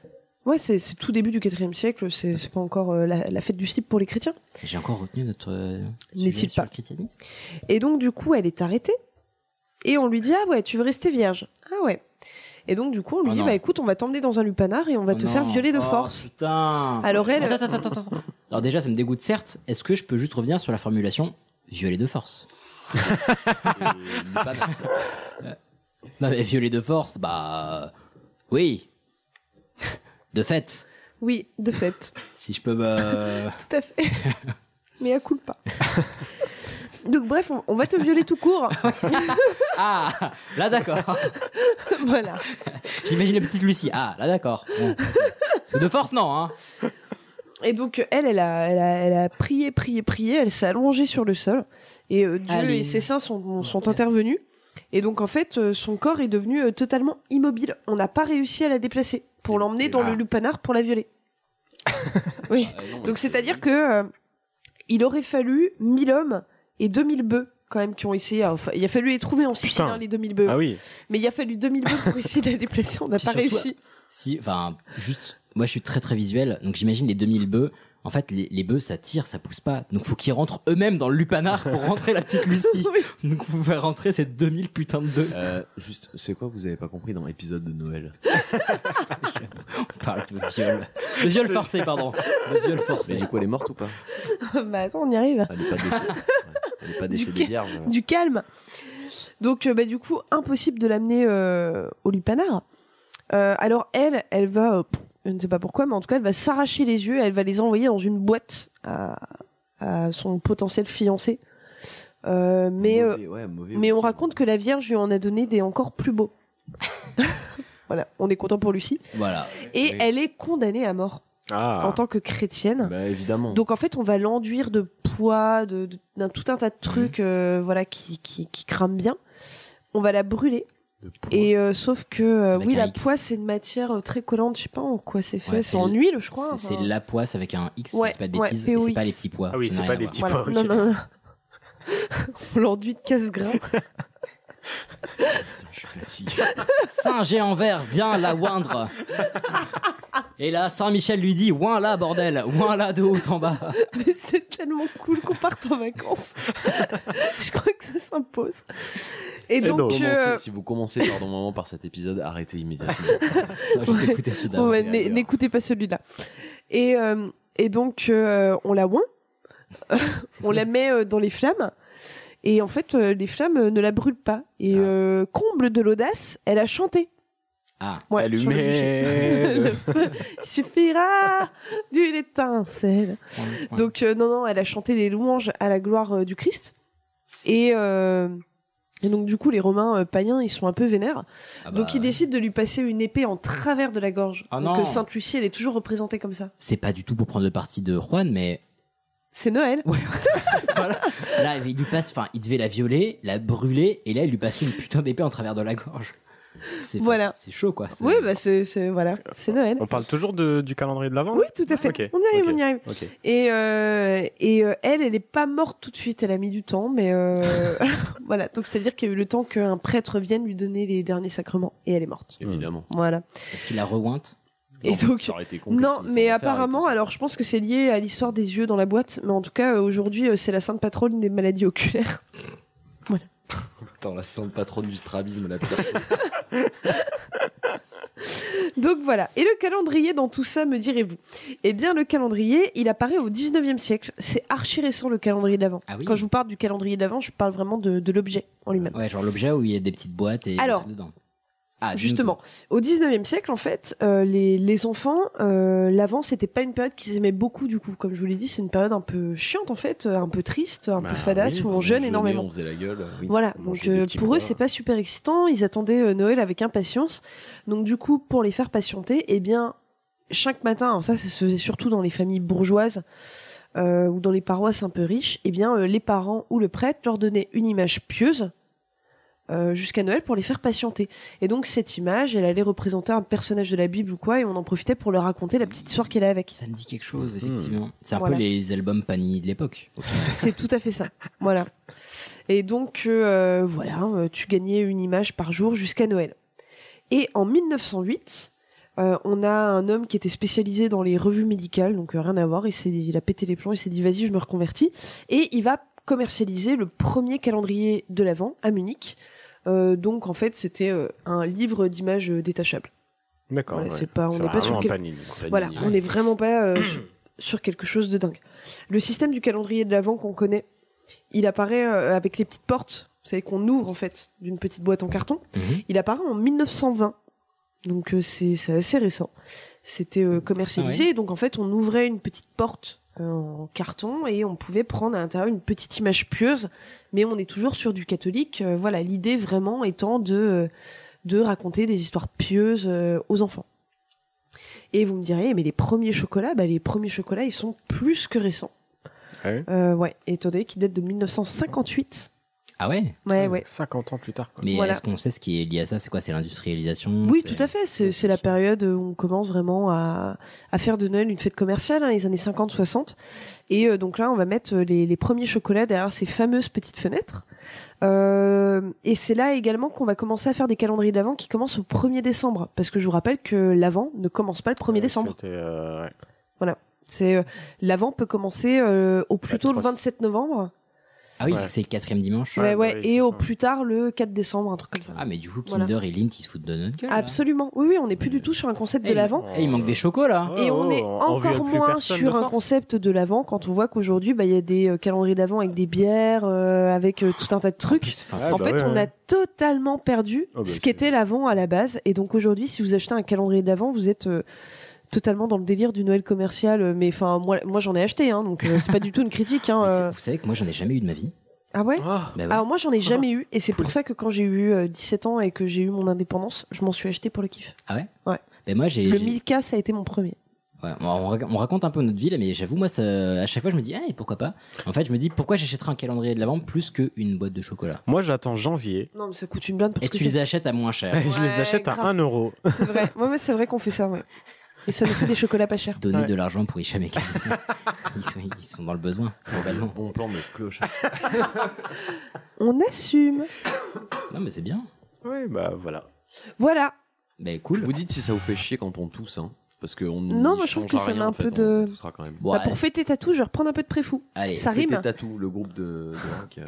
S3: Ouais, c'est c'est tout début du IVe siècle, c'est c'est pas encore euh, la, la fête du slip pour les chrétiens.
S1: J'ai encore retenu notre. euh,
S3: N'est-il
S1: sujet sur
S3: pas.
S1: le christianisme.
S3: Et donc, du coup, elle est arrêtée. Et on lui dit, ah ouais, tu veux rester vierge. Ah ouais. Et donc, du coup, on lui
S1: Oh
S3: dit,
S1: non.
S3: bah écoute, on va t'emmener dans un lupanar et on va te
S1: Oh
S3: faire
S1: non.
S3: violer de
S1: Oh,
S3: force.
S1: Putain.
S3: Alors elle-
S1: Attends, attends, attends, attends, attends. Alors déjà, ça me dégoûte, certes. Est-ce que je peux juste revenir sur la formulation violer de force
S2: Euh,
S1: Non, mais violer de force, bah. Oui. De fait,
S3: Oui, de fait.
S1: si je peux me.
S3: Tout à fait. Mais à coup pas. Donc bref, on, on va te violer tout court.
S1: Ah, là d'accord.
S3: voilà.
S1: J'imagine la petite Lucie. Ah, là d'accord. Bon, ok. Parce que de force, non, hein.
S3: Et donc elle, elle a, elle a, elle a prié, prié, prié. Elle s'est allongée sur le sol. Et euh, Dieu
S1: Allez.
S3: et ses saints sont, sont intervenus. Et donc en fait, euh, son corps est devenu euh, totalement immobile. On n'a pas réussi à la déplacer pour l'emmener dans le lupanar pour la violer. oui.
S2: Ah, non, mais
S3: euh, Donc c'est-à-dire que euh, il aurait fallu 1000 hommes et 2000 bœufs quand même qui ont essayé. à- enfin, il a fallu les trouver en Sicile,
S1: Putain.
S3: hein, les 2000 bœufs.
S1: Ah oui.
S3: Mais il a fallu 2000 bœufs pour essayer de les déplacer. On n'a
S1: Puis
S3: pas
S1: surtout,
S3: réussi.
S1: Si, enfin, juste, moi je suis très très visuel, donc j'imagine les 2000 bœufs. En fait, les, les bœufs ça tire, ça pousse pas. Donc faut qu'ils rentrent eux-mêmes dans le lupanar pour rentrer la petite Lucie. Donc faut faire rentrer ces 2000 putains de bœufs.
S2: Euh, juste, c'est quoi vous avez pas compris dans l'épisode de Noël
S1: On parle de viol. De viol forcé, pardon. De viol forcé.
S2: Mais du coup, elle est morte ou pas
S3: bah attends, on y arrive.
S2: Elle est pas décédée. Elle est pas
S3: du,
S2: décédée
S3: ca-
S2: vierge.
S3: du calme. Donc, euh, bah, du coup, impossible de l'amener euh, au lupanar. Euh, alors, elle, elle va, euh, pff, je ne sais pas pourquoi, mais en tout cas, elle va s'arracher les yeux, elle va les envoyer dans une boîte à, à son potentiel fiancé. Euh, mais
S2: Mauvais,
S3: euh,
S2: ouais, mauvais
S3: mais on raconte que la Vierge lui en a donné des encore plus beaux. voilà, on est content pour Lucie.
S1: Voilà.
S3: Et elle est condamnée à mort
S2: Ah.
S3: en tant que chrétienne.
S2: Bah, évidemment.
S3: Donc en fait, on va l'enduire de poids, de, de- d'un tout un tas de
S1: Mmh.
S3: trucs, euh, voilà, qui, qui, qui crament bien. On va la brûler. Et euh, sauf que euh,
S1: Avec
S3: oui,
S1: un
S3: la
S1: X.
S3: poix c'est une matière euh, très collante, je sais pas en quoi c'est fait,
S1: Ouais,
S3: c'est en
S1: l-
S3: huile, je crois.
S1: c'est- C'est
S3: enfin.
S1: la poisse avec un X,
S3: Ouais,
S1: si c'est pas de
S3: ouais,
S1: bêtises. et c'est pas
S3: POX.
S1: les petits pois.
S4: Ah oui,
S1: ça
S4: c'est
S1: n'a
S4: pas
S1: rien
S4: des
S1: à
S4: petits
S1: voir.
S4: pois.
S3: Non, non, non. on l'enduit de casse-grain.
S1: Saint géant vert, viens la oindre. Et là, Saint Michel lui dit Ouin là, bordel Ouin là, de haut en bas
S3: Mais c'est tellement cool qu'on parte en vacances. je crois que ça s'impose. Et
S2: Si vous
S3: donc,
S2: commencez-
S3: euh,
S2: si vous commencez pardon moment par cet épisode, arrêtez immédiatement.
S1: Juste écoutez celui d'avant.
S3: Ouais, n'é- n'écoutez pas celui-là. Et, euh, et donc, euh, on la oint, on la met euh, dans les flammes, et en fait, euh, les flammes euh, ne la brûlent pas. Et euh, comble de l'audace, elle a chanté.
S1: Ah,
S3: Ouais, sur le bûcher. Le feu, il suffira d'une étincelle. Donc, euh, non, non, elle a chanté des louanges à la gloire euh, du Christ. Et, euh, et donc, du coup, les Romains euh, païens, ils sont un peu vénères.
S1: Ah bah,
S3: donc, ils
S1: ouais.
S3: décident de lui passer une épée en travers de la gorge.
S1: Ah
S3: donc,
S1: non.
S3: euh, Sainte Lucie, elle est toujours représentée comme ça.
S1: C'est pas du tout pour prendre le parti de Juan, mais
S3: C'est Noël.
S1: là, il lui passe, enfin, il devait la violer, la brûler, et là, il lui passait une putain d'épée en travers de la gorge. C'est
S3: Voilà.
S1: c'est chaud, quoi. c'est-
S3: Oui, bah, c'est c'est- voilà, c'est Noël.
S4: On parle toujours de- du calendrier de l'avant
S3: Oui, tout à fait.
S4: Oh. Ok.
S3: On y arrive,
S4: Ok.
S3: on y arrive.
S4: Ok.
S3: Et, euh, et euh, elle, elle est pas morte tout de suite. Elle a mis du temps, mais euh, voilà. Donc c'est à dire qu'il y a eu le temps qu'un prêtre vienne lui donner les derniers sacrements et elle est morte.
S2: Évidemment.
S3: Voilà.
S1: Est-ce qu'il la reointe
S3: Et
S1: bah,
S3: donc-
S2: ça aurait été con que
S3: Non,
S2: tu dises
S3: mais
S2: ça en enfer et
S3: apparemment, alors je pense que c'est lié à l'histoire des yeux dans la boîte, mais en tout cas euh, aujourd'hui euh, c'est la sainte patronne des maladies oculaires.
S2: tout. Attends, la sainte patronne du strabisme, la pire.
S3: Donc voilà. Et le calendrier dans tout ça, me direz-vous Eh bien, le calendrier, il apparaît au 19e siècle. C'est archi récent le calendrier de l'Avent.
S1: Ah oui.
S3: Quand je vous parle du calendrier de l'Avent, je parle vraiment de, de l'objet en lui-même.
S1: Ouais, genre l'objet où il y a des petites boîtes et des
S3: Alors,
S1: trucs dedans. Ah, dis-nous
S3: Justement,
S1: tout.
S3: au 19e siècle, en fait, euh, les, les enfants, euh, l'Avent, c'était pas une période qu'ils aimaient beaucoup, du coup. Comme je vous l'ai dit, c'est une période un peu chiante, en fait, euh, un peu triste, un
S1: Bah
S2: Bah
S3: peu fadasse, où on jeûne
S2: jeûnait,
S3: énormément.
S2: On faisait la gueule. euh, oui.
S3: Voilà,
S2: On
S3: donc
S2: mangeait des
S3: euh,
S2: petits
S3: pour
S2: pois.
S3: eux, c'est pas super excitant. Ils attendaient euh, Noël avec impatience. Donc, du coup, pour les faire patienter, eh bien, chaque matin, alors ça, ça se faisait surtout dans les familles bourgeoises euh, ou dans les paroisses un peu riches, eh bien, euh, les parents ou le prêtre leur donnaient une image pieuse euh, jusqu'à Noël pour les faire patienter. Et donc, cette image, elle allait représenter un personnage de la Bible ou quoi, et on en profitait pour leur raconter la petite histoire qu'elle a avec.
S1: Ça me dit quelque chose, effectivement. C'est un
S3: Voilà.
S1: peu les albums Panini de l'époque. au final.
S3: C'est tout à fait ça. Voilà. Et donc, euh, voilà, euh, tu gagnais une image par jour jusqu'à Noël. Et en 1908, euh, on a un homme qui était spécialisé dans les revues médicales, donc euh, rien à voir. Il, s'est- il a pété les plombs, il s'est dit vas-y, je me reconvertis. Et il va commercialiser le premier calendrier de l'Avent à Munich. Euh, donc, en fait, c'était euh, un livre d'images euh, détachables.
S4: D'accord.
S3: Voilà,
S4: ouais.
S3: c'est pas, on
S4: C'est
S3: n'est pas
S4: vraiment
S3: sur
S4: un
S3: quel-
S4: panini.
S3: Voilà, on n'est vraiment pas euh, sur- sur quelque chose de dingue. Le système du calendrier de l'avant qu'on connaît, il apparaît euh, avec les petites portes, vous savez qu'on ouvre en fait d'une petite boîte en carton. Il apparaît en 1920, donc euh, c'est c'est assez récent. C'était euh, commercialisé,
S1: Ah ouais.
S3: et donc en fait on ouvrait une petite porte euh, en carton et on pouvait prendre à l'intérieur une petite image pieuse, mais on est toujours sur du catholique. euh, voilà, l'idée vraiment étant de euh, de raconter des histoires pieuses euh, aux enfants. Et vous me direz, mais les premiers chocolats, bah, les premiers chocolats, ils sont plus que récents.
S4: Ah oui
S3: Euh, ouais, étant donné qu'ils datent de 1958.
S1: Ah ouais
S3: Ouais, ouais.
S4: 50 ans plus tard. Quoi.
S1: Mais
S3: Voilà.
S1: est-ce qu'on sait ce qui est lié à ça C'est quoi C'est l'industrialisation
S3: Oui,
S1: c'est-
S3: tout à fait. C'est c'est la période où on commence vraiment à, à faire de Noël une fête commerciale, hein, les années 50-60. Et euh, donc là, on va mettre euh, les, les premiers chocolats derrière ces fameuses petites fenêtres. Euh, et c'est là également qu'on va commencer à faire des calendriers de l'Avent qui commencent au 1er décembre. Parce que je vous rappelle que l'Avent ne commence pas le 1er décembre.
S4: C'était, euh, ouais.
S3: Voilà. C'est euh, L'Avent peut commencer euh, au plus tôt le 27 novembre.
S1: Ah oui,
S4: Ouais.
S1: c'est le quatrième dimanche.
S3: Ouais, ouais, et au plus tard le 4 décembre, un truc comme ça.
S1: Ah, mais du coup,
S3: Voilà.
S1: Kinder et Lint, ils se foutent de notre gueule. là.
S3: Absolument. Oui, oui, on n'est plus du tout sur un concept
S1: Eh,
S3: de l'avant.
S1: eh, il manque des chocos là.
S3: Et on est
S4: oh, on
S3: encore
S4: viole plus
S3: moins
S4: personne de
S3: sur un
S4: force.
S3: concept de l'avant quand on voit qu'aujourd'hui, bah, il y a des euh, calendriers de l'avant avec des bières, euh, avec euh, tout un tas de trucs.
S1: enfin,
S4: c'est-
S3: en
S4: Ah, bah
S3: fait,
S4: ouais,
S3: on
S4: ouais.
S3: a totalement perdu
S4: Ah, bah,
S3: ce
S4: c'est-
S3: qu'était l'avant à la base. Et donc aujourd'hui, si vous achetez un calendrier de l'avant, vous êtes euh, totalement dans le délire du Noël commercial. Euh, Mais enfin, moi, moi j'en ai acheté, hein, donc euh, c'est pas du tout une critique. Hein,
S1: Mais tu sais,
S3: euh.
S1: Vous savez que moi, j'en ai jamais eu de ma vie.
S3: Ah ouais
S4: Ah,
S1: Bah ouais.
S3: Alors moi, j'en ai jamais eu. Et c'est pour ça que quand j'ai eu euh, 17 ans et que j'ai eu mon indépendance, je m'en suis acheté pour le kiff.
S1: Ah ouais
S3: Ouais.
S1: Ben moi, j'ai.
S3: Le
S1: j'ai-
S3: 1000K, ça a été mon premier.
S1: Ouais, on, on rac- on raconte un peu notre vie là, mais j'avoue, moi, ça- à chaque fois, je me dis, ah, et pourquoi pas En fait, je me dis, pourquoi j'achèterais un calendrier de l'avant plus qu'une boîte de chocolat
S4: Moi, j'attends janvier.
S3: Non, mais ça coûte une blinde parce
S1: Et
S3: que
S1: tu les achètes à moins cher.
S4: je les
S3: Ouais,
S4: achète à
S3: grave.
S4: 1 euro.
S3: c'est vrai. Ouais, mais c'est vrai qu'on fait ça, ouais. Et ça nous fait des chocolats pas chers.
S1: Donner
S4: Ouais.
S1: de l'argent pour Hicham et Khalid. ils, sont, ils sont dans le besoin, globalement.
S2: Bon plan de cloche.
S3: On assume.
S1: Non, mais c'est bien.
S4: Oui, bah voilà.
S3: Voilà.
S1: Ben cool.
S3: Bah,
S2: Vous dites si ça vous fait chier quand on tousse, hein Parce que on
S3: Non,
S2: n'y
S3: moi, je trouve
S2: changera
S3: que ça
S2: rien,
S3: met un
S2: en fait,
S3: peu
S2: on
S3: de-
S2: toussera quand même.
S1: Bon,
S3: Bah, pour fêter ta touche, je vais reprendre un peu de préfou.
S1: allez,
S3: ça
S2: Faites
S3: rime.
S2: les Tatou, le groupe de, de rock. euh.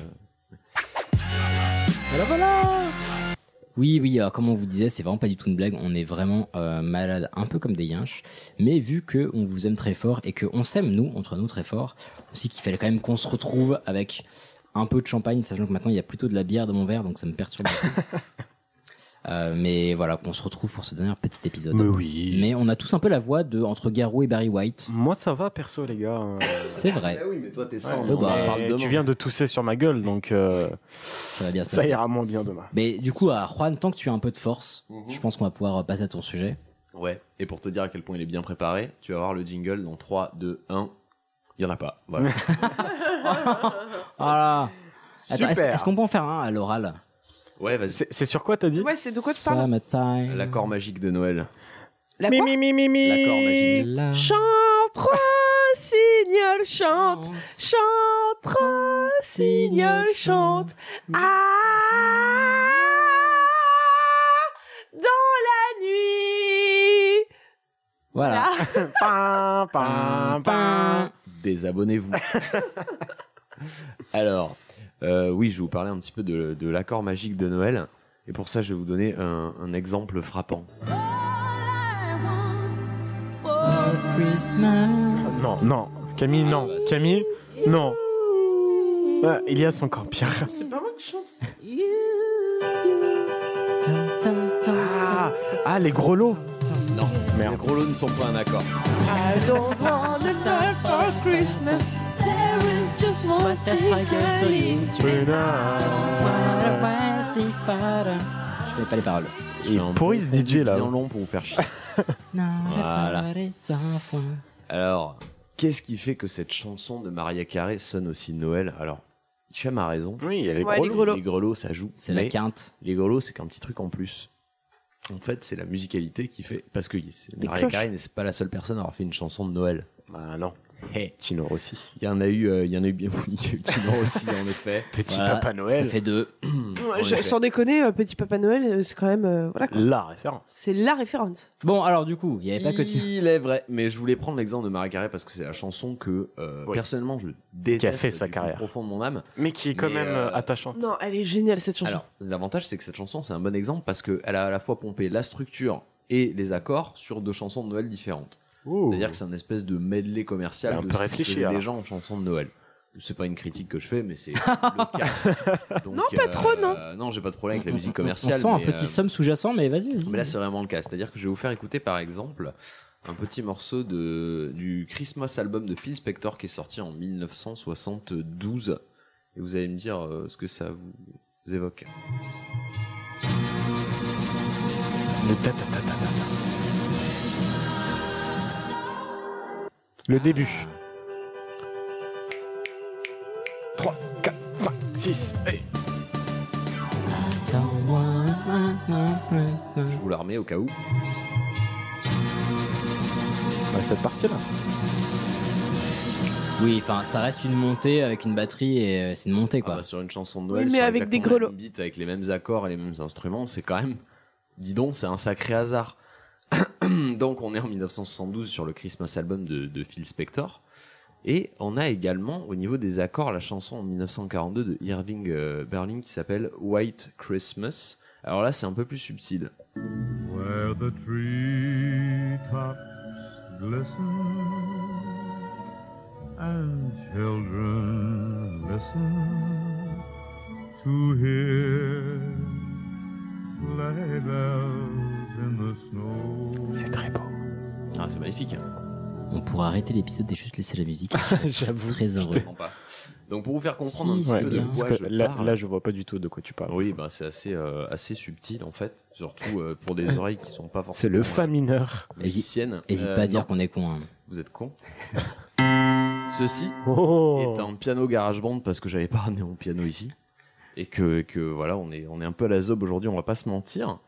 S1: Oui, oui, alors, comme on vous disait, c'est vraiment pas du tout une blague. On est vraiment euh, malade, un peu comme des yinches. Mais vu que on vous aime très fort et que on s'aime, nous, entre nous, très fort, aussi qu'il fallait quand même qu'on se retrouve avec un peu de champagne, sachant que maintenant il y a plutôt de la bière dans mon verre, donc ça me perturbe. beaucoup. Euh, mais voilà, qu'on se retrouve pour ce dernier petit épisode.
S4: Mais oui.
S1: Mais on a tous un peu la voix de entre Garou et Barry White.
S4: Moi, ça va, perso, les gars. Euh,
S1: C'est vrai,
S2: Ah oui, mais toi t'es sans.
S1: Ouais,
S2: euh, on en
S1: bah,
S2: parle
S4: tu
S2: demain.
S4: viens de tousser sur ma gueule, donc euh,
S1: ça va bien se
S4: ça
S1: passer.
S4: ira moins bien demain.
S1: Mais du coup, à Juan, tant que tu as un peu de force,
S4: Mhm.
S1: je pense qu'on va pouvoir euh, passer à ton sujet.
S2: Ouais. Et pour te dire à quel point il est bien préparé, tu vas voir le jingle dans 3, 2, 1. Il y en a pas. Voilà.
S1: Voilà. Attends, est-ce
S4: Ah Super.
S1: est-ce qu'on peut en faire un à l'oral
S2: ouais, vas-y.
S4: C'est c'est sur quoi t'as dit
S3: Ouais, c'est de quoi tu parles
S1: Summertime.
S2: L'accord magique de Noël.
S3: La
S4: Mi,
S3: quoi
S4: mi, mi, mi, mi.
S2: L'accord magique.
S1: La-
S3: Chante, trois signal chante. Chante, trois signal chante. Ah, dans la nuit.
S1: Voilà.
S4: Pam, pam, pam.
S2: Désabonnez-vous. Alors, euh, oui, je vais vous parler un petit peu de, de l'accord magique de Noël. Et pour ça, je vais vous donner un, un exemple frappant.
S1: Christmas.
S4: Non, non. Camille, non. Camille, non. Ah, Elias, encore pire. Ah, ah, les gros lots.
S2: Non,
S4: Merde.
S2: les gros lots ne sont pas un accord.
S3: I don't want a night for Christmas. There is just one thing I need.
S1: Je connais pas les paroles.
S2: Je fais un
S4: pourrit ce
S2: bon
S4: DJ, là. hein.
S2: Bien long pour vous faire chier. Voilà. Alors, qu'est-ce qui fait que cette chanson de Maria Carré sonne aussi Noël Alors, Hicham a raison.
S4: Oui, elle est
S3: Ouais, les
S4: lots.
S3: gros lots.
S2: Les grelots, ça joue.
S1: C'est la
S2: mais
S1: quinte.
S2: Les grelots, c'est qu'un petit truc en plus. En fait, c'est la musicalité qui fait. Parce que c'est-
S3: Les
S2: Maria
S3: cloches.
S2: Carré n'est pas la seule personne à avoir fait une chanson de Noël.
S4: Ah non.
S2: Hey.
S4: Tino Rossi.
S2: Il y en a eu, euh, il y en a eu bien oui, il y a eu Tino aussi en effet.
S4: Petit
S1: Voilà,
S4: Papa
S1: Ça
S4: Noël.
S1: fait deux.
S2: En
S3: Je-
S2: effet.
S3: Sans déconner, euh, petit Papa Noël, euh, c'est quand même euh, voilà, quoi.
S4: La référence.
S3: c'est la référence.
S1: Bon, alors du coup, il y avait pas que Tino.
S2: Il est vrai, mais je voulais prendre l'exemple de Maria Carré parce que c'est la chanson que euh,
S4: Oui.
S2: personnellement je déteste
S4: Qui a fait sa
S2: du
S4: carrière.
S2: profond de mon âme.
S4: Mais qui est quand
S2: Mais,
S4: même
S2: euh,
S4: euh, attachante.
S3: Non, elle est géniale cette chanson.
S2: Alors, l'avantage, c'est que cette chanson, c'est un bon exemple parce qu'elle a à la fois pompé la structure et les accords sur deux chansons de Noël différentes.
S4: Ouh.
S2: C'est-à-dire que c'est un espèce de medley commercial
S4: Elle a un
S2: de
S4: peu
S2: ce que
S4: réfléchi,
S2: faisaient
S4: alors.
S2: les gens en chansons de Noël. C'est pas une critique que je fais, mais c'est le cas. Donc,
S3: Non, pas trop, non.
S2: euh, non, j'ai pas de problème avec la
S1: On- on-
S2: musique commerciale.
S1: On sent un
S2: mais,
S1: petit
S2: euh,
S1: somme sous-jacent, mais vas-y, vas-y.
S2: mais là, c'est vraiment le cas. C'est-à-dire que je vais vous faire écouter, par exemple, un petit morceau de, du Christmas album de Phil Spector qui est sorti en 1972. Et vous allez me dire euh, ce que ça vous évoque.
S4: Le ta- ta- ta- ta- ta- ta. Le début. 3, 4, 5, 6, et
S2: Je vous la remets au cas où.
S4: cette partie-là.
S1: Oui, enfin, ça reste une montée avec une batterie et euh, c'est une montée quoi.
S2: Ah bah, sur une chanson de Noël,
S3: Oui, mais
S2: sur
S3: avec des
S2: exactement la
S3: grelots.
S2: même beat, avec les mêmes accords et les mêmes instruments, c'est quand même, dis donc, c'est un sacré hasard. donc on est en 1972 sur le Christmas album de, de Phil Spector. Et on a également au niveau des accords la chanson en 1942 de Irving euh, Berlin qui s'appelle White Christmas. Alors là c'est un peu plus subtil.
S14: Where the treetops glisten and children listen to hear sleigh bells in the snow. C'est très beau.
S2: Ah c'est magnifique. hein.
S1: On pourrait arrêter l'épisode et juste laisser la musique.
S4: J'avoue.
S1: Très heureux.
S2: Comprends pas. Donc pour vous faire comprendre
S1: Si, c'est
S2: un petit peu
S1: bien.
S2: de quoi
S4: Parce
S2: je
S4: que là,
S2: parle,
S4: là, je vois pas du tout de quoi tu parles.
S2: Oui, bah, c'est assez, euh, assez subtil en fait, surtout euh, pour des oreilles qui sont pas forcément. euh,
S4: C'est le fa mineur.
S2: musicienne.
S1: Hésite
S2: Euh,
S1: pas à dire
S2: non,
S1: qu'on est con. hein.
S2: Vous êtes con. Ceci
S4: Oh.
S2: est un piano garage band parce que j'avais pas ramené mon piano ici et que, que voilà, on est, on est un peu à la zob aujourd'hui, on va pas se mentir.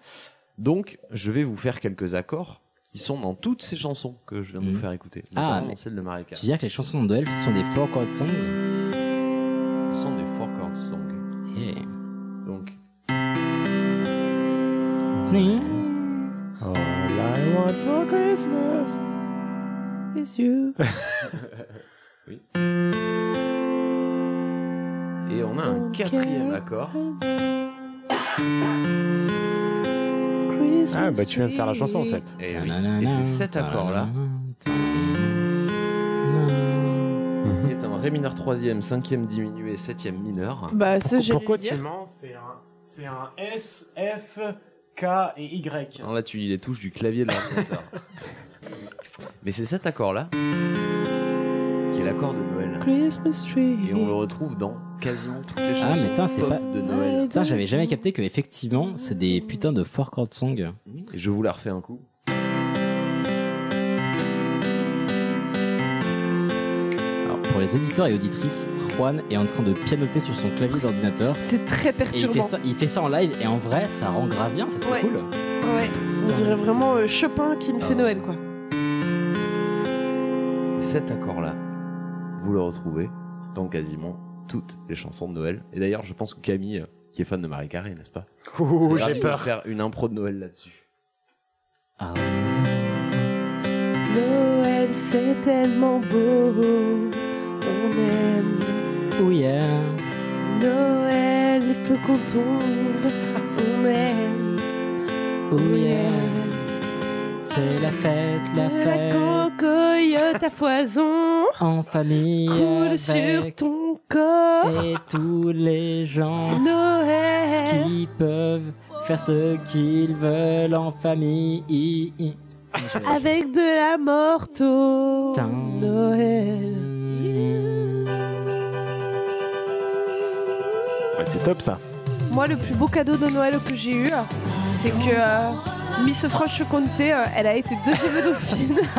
S2: Donc, je vais vous faire quelques accords qui sont dans toutes ces chansons que je viens de
S1: Mhm.
S2: vous faire écouter.
S1: Ah,
S2: notamment
S1: mais-
S2: celle de Marika.
S1: Tu veux dire que les chansons de Eh, Elf sont des four chord songs
S2: Ce sont des four chord songs.
S1: Eh.
S2: Donc,
S4: All I want for Christmas.
S3: Les yeux.
S2: et on a un quatrième accord.
S4: Ah, bah, tu viens de faire la chanson, en fait.
S2: Et, Eh oui. Et c'est cet accord-là qui est un ré mineur troisième, cinquième diminué, septième mineur.
S3: Bah, ça, j'ai
S4: mens
S15: C'est un, c'est un S, F, K et Y.
S2: Non, là, tu lis les touches du clavier de l'ordinateur. Mais c'est cet accord-là qui est l'accord de Noël.
S3: Christmas tree.
S2: Et on le retrouve dans quasiment toutes les
S1: Ah,
S2: chansons
S1: mais putain, c'est
S2: pop
S1: pas.
S2: de Noël.
S1: Putain, j'avais jamais capté que, effectivement, c'est des putains de four chord songs.
S2: Et je vous la refais un coup.
S1: Alors, pour les auditeurs et auditrices, Juan est en train de pianoter sur son clavier d'ordinateur.
S3: C'est très
S1: Et il
S3: perturbant.
S1: fait, ça, il fait ça en live, et en vrai, ça rend grave bien, c'est trop
S3: Ouais.
S1: cool.
S3: Ouais, on dirait vraiment euh, Chopin qui nous fait Noël, quoi.
S2: Cet accord-là, vous le retrouvez dans quasiment toutes les chansons de Noël. Et d'ailleurs, je pense que Camille, euh, qui est fan de Marie Carré, n'est-ce pas
S4: Oh,
S2: C'est grave,
S4: j'ai
S2: il va
S4: peur.
S2: faire une impro de Noël là-dessus.
S1: Ah,
S3: Noël, c'est tellement beau. On aime.
S1: oui, oh yeah.
S3: Noël, les feux qu'on tombe. On aime.
S1: Oh yeah. C'est la fête, la
S3: De la
S1: fête.
S3: cocoyote à foison.
S1: En famille.
S3: Coule
S1: avec
S3: sur ton corps.
S1: Et tous les gens
S3: Noël.
S1: qui peuvent faire ce qu'ils veulent en famille. I- i-
S3: Avec de la morteau.
S1: Tin.
S3: Noël.
S4: Ouais, c'est top ça.
S3: Moi, le plus beau cadeau de Noël que j'ai eu, c'est que euh, Miss Franche-Comté, euh, elle a été deuxième dauphine.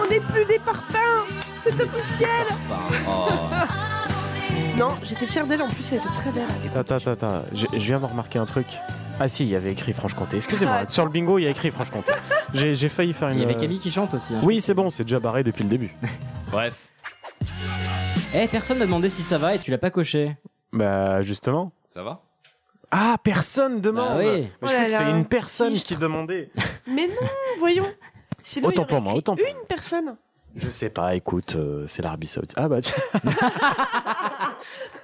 S3: On n'est plus des parpaings C'est officiel Non, j'étais fière d'elle, en plus, elle était très belle.
S4: Attends, attends, attends. Je, je viens de remarquer un truc. Ah si, il y avait écrit Franche-Comté.
S3: Ah.
S4: Excusez-moi, sur le bingo, il y a écrit Franche-Comté. J'ai j'ai failli faire une.
S1: Il y avait
S4: euh,
S1: Camille qui chante aussi. hein.
S4: Oui, c'est bon, c'est déjà barré depuis le début.
S2: Bref,
S1: Eh, personne n'a demandé si ça va et tu l'as pas coché.
S4: bah, justement.
S2: ça va
S4: Ah, personne demande
S1: Bah oui.
S4: Mais je
S3: Oh là
S4: crois que c'était
S3: là.
S4: une personne
S3: Fichtre.
S4: qui demandait.
S3: Mais non, voyons Sinon,
S4: Autant
S3: il y aurait
S4: pour moi,
S3: écrit
S4: autant pour
S3: Une personne
S4: Je sais pas, écoute, euh, c'est l'Arabie Saoudite. Ah bah tiens.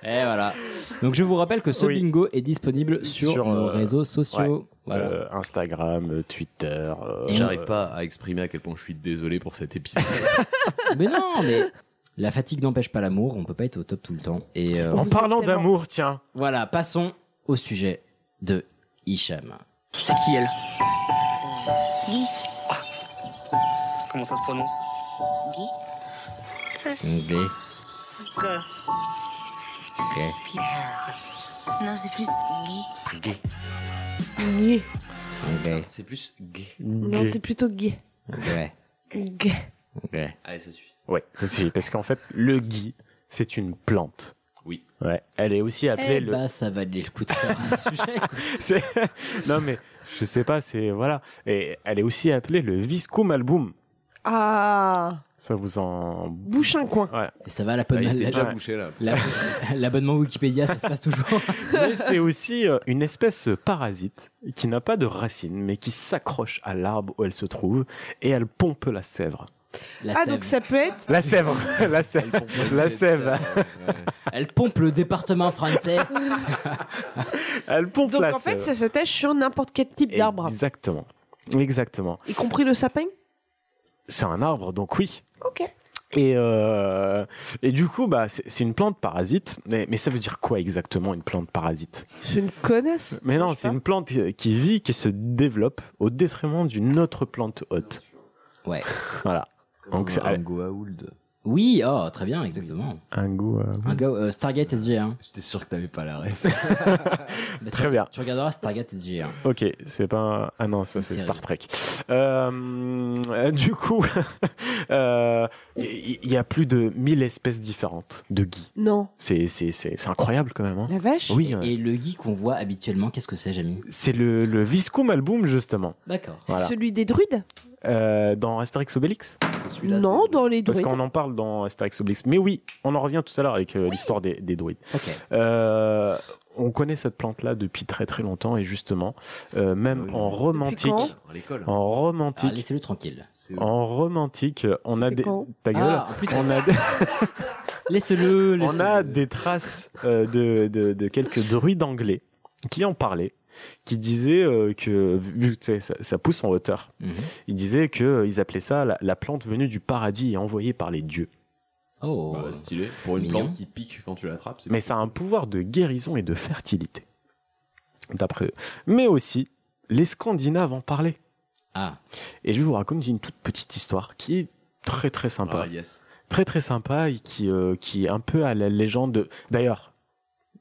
S1: Et Eh, voilà. Donc je vous rappelle que ce
S4: Oui.
S1: bingo est disponible sur,
S4: Sur,
S1: nos
S4: euh,
S1: réseaux sociaux. Voilà.
S4: Euh, Instagram, euh, Twitter. euh,
S2: J'arrive
S4: euh,
S2: pas à exprimer à quel point je suis désolé pour cet épisode.
S1: Mais non, mais la fatigue n'empêche pas l'amour. On peut pas être au top tout le temps. Et euh,
S4: En
S3: Vous
S4: parlant
S3: êtes tellement-
S4: d'amour, tiens.
S1: voilà, passons au sujet de Hicham.
S10: C'est qui elle
S12: Ah. Comment ça se prononce
S1: Gay. Gay.
S11: Non, c'est plus Guy.
S2: Gay.
S3: Nier.
S1: Gay.
S2: C'est plus gay.
S3: Non,
S4: Gay.
S3: c'est plutôt gay.
S1: Gay.
S3: Gay.
S1: Gay. Eh
S2: Allez, ça suffit.
S4: Ouais, ça suffit, parce qu'en fait, le gui, c'est une plante.
S2: Oui.
S4: Ouais. Elle est aussi appelée
S1: Eh
S3: ben.
S4: le.
S1: bah, ça valait le coup de faire un sujet.
S4: C'est- non mais je sais pas, c'est voilà. Et elle est aussi appelée le Viscum album.
S3: Ah
S4: Ça vous en.
S3: Bouche un coin.
S4: Ouais.
S1: Et ça va
S2: Bah,
S1: la peine.
S4: Ah, il était déjà
S2: bouché, là.
S1: L'abonnement Wikipédia, ça se passe toujours.
S4: Mais c'est aussi euh, une espèce parasite qui n'a pas de racines, mais qui s'accroche à l'arbre où elle se trouve et elle pompe la sèvre.
S3: ah, donc ça peut être.
S4: La sèvre, la sèvre, la sève.
S1: Elle pompe le département français.
S4: Elle pompe
S3: Donc
S4: la
S3: en fait,
S4: sève.
S3: ça s'attache sur n'importe quel type d'arbre,
S4: Exactement, exactement.
S3: y compris le sapin.
S4: C'est un arbre, donc oui.
S3: Ok.
S4: Et, euh, et du coup, bah, c'est c'est une plante parasite. Mais, mais ça veut dire quoi exactement une plante parasite
S3: C'est une connasse.
S4: Mais non, c'est une plante qui qui vit, qui se développe au détriment d'une autre plante hôte.
S1: Ouais.
S4: Voilà. Donc c'est
S2: un Goa'uld.
S1: Oui, oh, très bien, exactement.
S4: un goût. euh,
S1: Un gars, euh, Stargate SG1.
S2: J'étais sûr que t'avais pas la ref.
S4: Très bien.
S1: Bah, Tu regarderas Stargate SG1.
S4: Ok, c'est pas un... Ah non, ça c'est
S1: série.
S4: Star Trek. Euh, euh, du coup, euh, il il y, a plus de 1000 espèces différentes de gui.
S3: Non.
S4: C'est c'est- c'est- c'est incroyable quand même. hein.
S3: La vache
S4: Oui,
S1: Et-
S4: ouais.
S1: Et le geek qu'on voit habituellement, qu'est-ce que c'est, Jamie
S4: c'est le, le Viscum album justement.
S1: D'accord.
S4: Voilà.
S3: Celui des druides
S4: Euh, dans Astérix Obélix
S3: Non, dans les
S4: Parce
S3: druides.
S4: qu'on en parle dans Astérix Obélix. Mais oui, on en revient tout à l'heure avec euh, l'histoire des, des druides.
S1: Ok.
S4: Euh, on connaît cette plante-là depuis très très longtemps et justement, euh, même en romantique,
S2: À l'école.
S4: en
S1: Ah,
S4: romantique,
S1: Laissez-le tranquille.
S4: en romantique, on a
S1: C'était
S4: des
S1: quand
S4: ta gueule.
S1: Ah, en plus-
S4: on a des,
S1: Laissez-le.
S4: on a des traces euh, de, de, de quelques druides anglais qui en parlaient, qui disaient euh, que vu que tu sais, ça, ça pousse en hauteur,
S1: Mhm.
S4: ils disaient que euh, ils appelaient ça la, la plante venue du paradis et envoyée par les dieux.
S1: Oh.
S2: Bah, stylé. Pour
S1: C'est
S2: une
S1: mignon.
S2: plante qui pique quand tu l'attrapes. c'est
S4: Mais ça a un pouvoir de guérison et de fertilité, d'après eux. Mais aussi, les Scandinaves en parlaient.
S1: Ah.
S4: Et je vais vous raconter une toute petite histoire qui est très très sympa.
S2: Ah, yes.
S4: très très sympa et qui, euh, qui est un peu à la légende. de- D'ailleurs,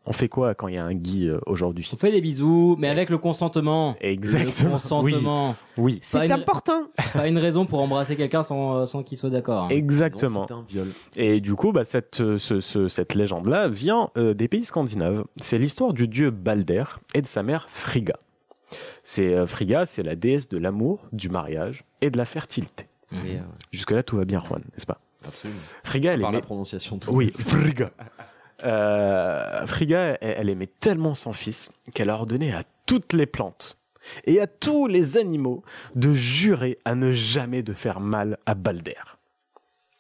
S4: on fait quoi quand il y a un Guy euh, aujourd'hui
S1: On fait des bisous, mais avec le consentement.
S4: Exactement.
S1: Le consentement.
S4: Oui,
S1: Pas
S3: C'est
S1: une-
S3: important.
S1: Pas une raison pour embrasser quelqu'un sans, euh, sans qu'il soit d'accord. hein.
S4: exactement.
S2: Non, C'est un viol.
S4: Et du coup, bah, cette, euh, ce- ce- cette légende-là vient euh, des pays scandinaves. C'est l'histoire du dieu Balder et de sa mère Frigga. C'est euh, Frigga, c'est la déesse de l'amour, du mariage et de la fertilité.
S2: Mais, euh,
S4: Jusque-là, tout va bien, Juan, n'est-ce pas
S2: absolument.
S4: Frigga, elle est
S2: Par la
S4: mé-
S2: prononciation, tout.
S4: Oui, Frigga. Euh, Frigga, elle, elle aimait tellement son fils qu'elle a ordonné à toutes les plantes et à tous les animaux de jurer à ne jamais de faire mal à Balder.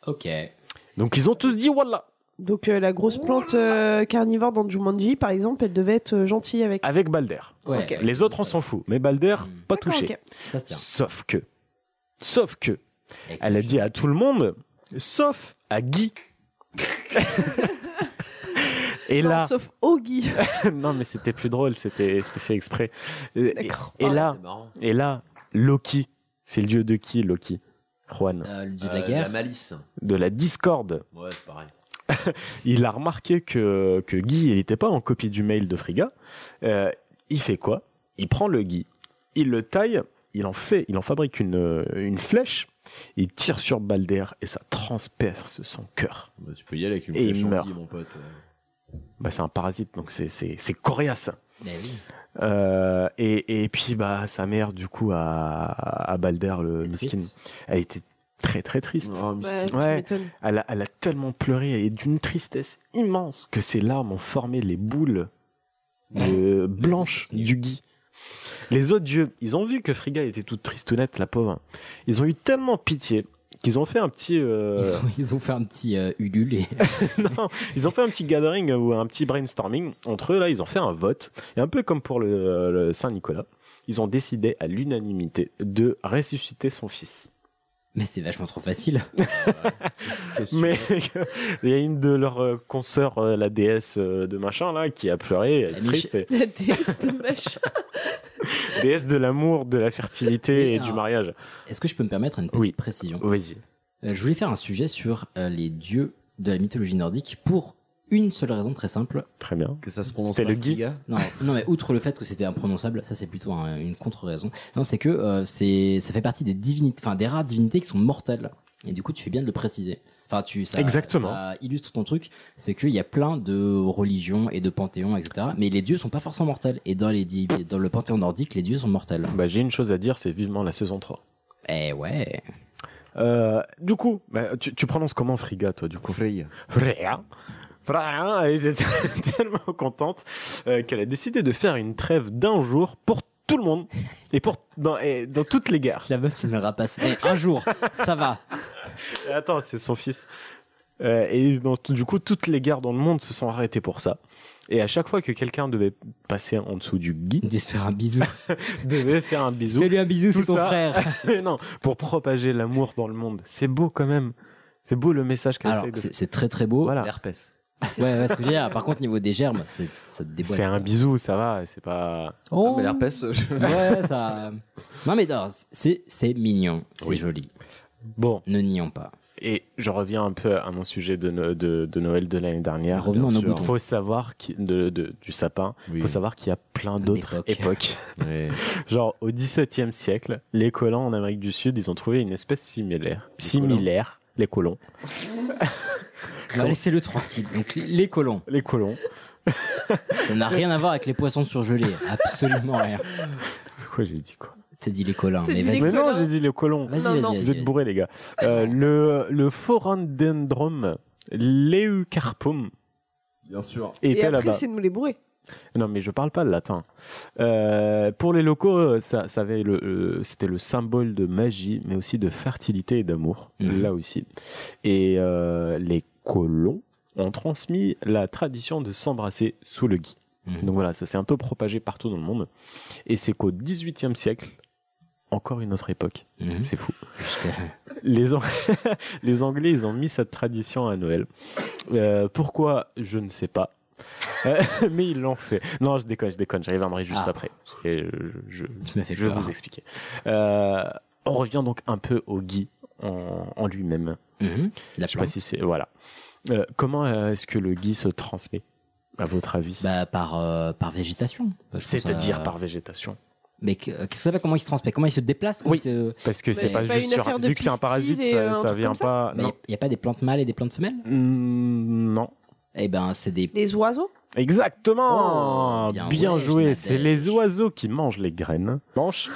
S1: Ok.
S4: Donc ils ont tous dit Wallah
S3: Donc euh, la grosse plante euh, carnivore dans Jumanji, par exemple, elle devait être euh, gentille avec.
S4: avec Balder.
S1: Ouais. Mm.
S3: Ok.
S4: Les autres, on s'en fout, mais Balder, Ah, pas
S3: D'accord,
S4: touché.
S3: ok.
S1: Ça se tient.
S4: Sauf que, sauf que, elle a
S1: Exception.
S4: dit à tout le monde, sauf à Guy. et
S3: Non,
S4: là,
S3: Sauf Ogi.
S4: non mais c'était plus drôle, c'était c'était fait exprès. Et,
S3: D'accord.
S4: et là,
S2: Ah C'est marrant.
S4: Et là, Loki, c'est le dieu de qui, Loki Juan.
S1: Euh, le dieu de
S2: Euh,
S1: la guerre.
S2: malice.
S4: De la discorde.
S2: Ouais, c'est pareil.
S4: Il a remarqué que, que Guy, il n'était pas en copie du mail de Frigga. Euh, il fait quoi Il prend le Guy, il le taille, il en fait, il en fabrique une, une flèche, il tire sur Balder et ça transperce son cœur.
S2: Bah, tu peux y aller avec une
S4: Et il
S2: flèche en
S4: meurt.
S2: guille, mon pote. Euh,
S4: Bah, c'est un parasite, donc c'est- c'est c'est coriace.
S1: Bah oui.
S4: Euh, et, et puis bah sa mère du coup à, à Balder le
S1: C'est
S4: Euh, miskin,
S1: triste.
S4: elle était très très triste.
S2: Oh, mais
S3: Ouais, Bah, tu
S4: Ouais.
S3: m'étonnes.
S4: Elle a, elle a tellement pleuré et d'une tristesse immense que ses larmes ont formé les boules euh, blanches
S1: Vas-y, continue.
S4: du Guy. Les autres dieux, ils ont vu que Frigga était toute tristounette, la pauvre. Ils ont eu tellement pitié qu'ils ont fait un petit, euh,
S1: Ils, ont, ils ont fait un petit euh, ulule et
S4: non, ils ont fait un petit gathering euh, ou un petit brainstorming entre eux là. Ils ont fait un vote et un peu comme pour le, le Saint Nicolas, ils ont décidé à l'unanimité de ressusciter son fils.
S1: mais c'est vachement trop facile.
S2: qu'est-ce que tu
S4: Mais
S2: veux
S4: il y a une de leurs euh, consoeurs, euh, la déesse euh, de machin, là, qui a pleuré, elle est
S1: La
S4: triste. et-
S3: La déesse de machin.
S4: déesse de l'amour, de la fertilité
S1: Mais
S4: et
S1: non.
S4: du mariage.
S1: Est-ce que je peux me permettre une petite
S4: Oui.
S1: précision
S4: Oh, Vas-y.
S1: Euh, Je voulais faire un sujet sur euh, les dieux de la mythologie nordique pour une seule raison très simple.
S4: Très bien.
S2: Que ça se prononce
S4: C'était
S2: pas
S4: le Guy.
S2: Frigga
S1: Non, non mais outre le fait que c'était imprononçable, ça c'est plutôt un- une contre-raison. Non, c'est que euh, c'est ça fait partie des divinités, enfin des rares divinités qui sont mortelles Et du coup, tu fais bien de le préciser. Enfin, tu, ça,
S4: Exactement.
S1: ça illustre ton truc, c'est qu'il y a plein de religions et de panthéons, etc. Mais les dieux sont pas forcément mortels. Et dans, les, di- dans le panthéon nordique, les dieux sont mortels.
S4: Bah, j'ai une chose à dire, c'est vivement la saison 3.
S1: Eh ouais.
S4: Euh, du coup, bah, tu, tu prononces comment Friga, toi, du coup
S2: Freya.
S4: Freya. Freya, elle était tellement contente euh, qu'elle a décidé de faire une trêve d'un jour pour tout le monde et pour dans, et dans toutes les gares.
S1: La meuf, c'est une rapace. Eh, un jour, ça va.
S4: Et Attends, c'est son fils. Euh, et dans- du coup, toutes les gares dans le monde se sont arrêtées pour ça. Et à chaque fois que quelqu'un devait passer en dessous du
S1: Ils
S4: guide,
S1: disent faire un bisou.
S4: devait faire un bisou.
S1: Fais-lui un bisou,
S4: Tout
S1: c'est ton
S4: ça-
S1: frère.
S4: non, pour propager l'amour dans le monde. C'est beau quand même. C'est beau le message qu'elle
S1: Alors,
S4: essaie de
S1: c'est c'est très très beau.
S4: Voilà.
S2: L'herpès.
S1: Ouais, ouais, ce que je veux dire. Par contre, niveau des germes, c'est- ça te déboîte.
S4: C'est un bisou, ça va, c'est pas.
S1: Oh.
S2: Ah, mais l'herpès, euh, je-
S1: Ouais, ça. Non, mais non, c'est c'est mignon, c'est
S4: Oui.
S1: joli.
S4: Bon,
S1: Ne nions pas.
S4: et je reviens un peu à mon sujet de, no- de, de Noël de l'année dernière.
S1: Revenons
S4: Bien
S1: à nos
S4: sûr.
S1: boutons.
S4: Faut savoir qu'il- de, de- du sapin,
S2: Oui.
S4: faut savoir qu'il y a plein d'autres
S1: Époque.
S4: époques.
S2: Ouais.
S4: Genre au XVIIe siècle, les colons en Amérique du Sud, ils ont trouvé une espèce similaire.
S2: Les
S4: similaire, les colons.
S1: Non, Laissez-le tranquille. Donc, les colons,
S4: Les colons.
S1: ça n'a rien à voir avec les poissons surgelés. Absolument rien.
S4: Pourquoi j'ai dit quoi
S1: T'as dit les colons, mais
S3: dit
S1: vas-y.
S3: les
S4: Mais non,
S3: colons.
S4: j'ai dit les colons.
S1: Vas-y, vas-y, vas-y,
S4: Vous êtes
S1: vas-y.
S4: bourrés, les gars. Euh, le le Forandendrum leucarpum
S2: Bien sûr.
S3: Et
S4: était
S3: après,
S4: là-bas.
S3: c'est de nous les bourrer.
S4: Non, mais je parle pas de latin. Euh, pour les locaux, euh, ça, ça avait le, euh, c'était le symbole de magie, mais aussi de fertilité et d'amour,
S1: Mhm.
S4: là aussi. Et euh, les colons ont transmis la tradition de s'embrasser sous le gui.
S1: Mhm.
S4: Donc voilà, ça s'est un peu propagé partout dans le monde. Et c'est qu'au XVIIIe siècle, encore une autre époque,
S1: Mhm.
S4: c'est fou.
S1: Jusqu'à-
S4: Les, Ang- les Anglais, ils ont mis cette tradition à Noël. Euh, pourquoi Je ne sais pas. Euh, mais ils l'ont fait. Non, je déconne, je déconne. J'arrive à me juste
S1: Ah.
S4: après. Et euh, je,
S1: Tu m'as fait
S4: je vais
S1: peur.
S4: vous expliquer. Euh, on revient donc un peu au Guy en, en lui-même.
S1: Mhm. La
S4: Je sais pas
S1: plante.
S4: si c'est voilà. Euh, comment euh, est-ce que le Guy se transmet À votre avis
S1: Bah, par, euh, par végétation. Je pense,
S4: C'est-à-dire
S1: euh,
S4: par végétation.
S1: Mais que- euh, qu'est-ce que ça s'appelle Comment il se transmet Comment il se déplace Comment
S4: Oui.
S1: il se-
S4: Parce que
S3: Mais
S4: c'est
S1: c'est
S4: pas
S3: pas
S4: juste
S3: une
S4: sur
S3: affaire de
S4: vu que c'est un
S3: pistil
S4: parasite,
S3: et, euh,
S4: ça,
S3: un
S4: ça
S3: truc
S4: vient
S3: comme ça
S4: pas.
S1: Mais
S4: non.
S1: il n'y Bah, a pas des plantes mâles et des plantes femelles
S4: Mm, non.
S1: Eh ben, c'est des.
S3: Les oiseaux
S4: Exactement
S1: Oh, bien
S4: Bien
S1: ouais,
S4: joué
S1: Nadège.
S4: C'est les oiseaux qui mangent les graines blanches.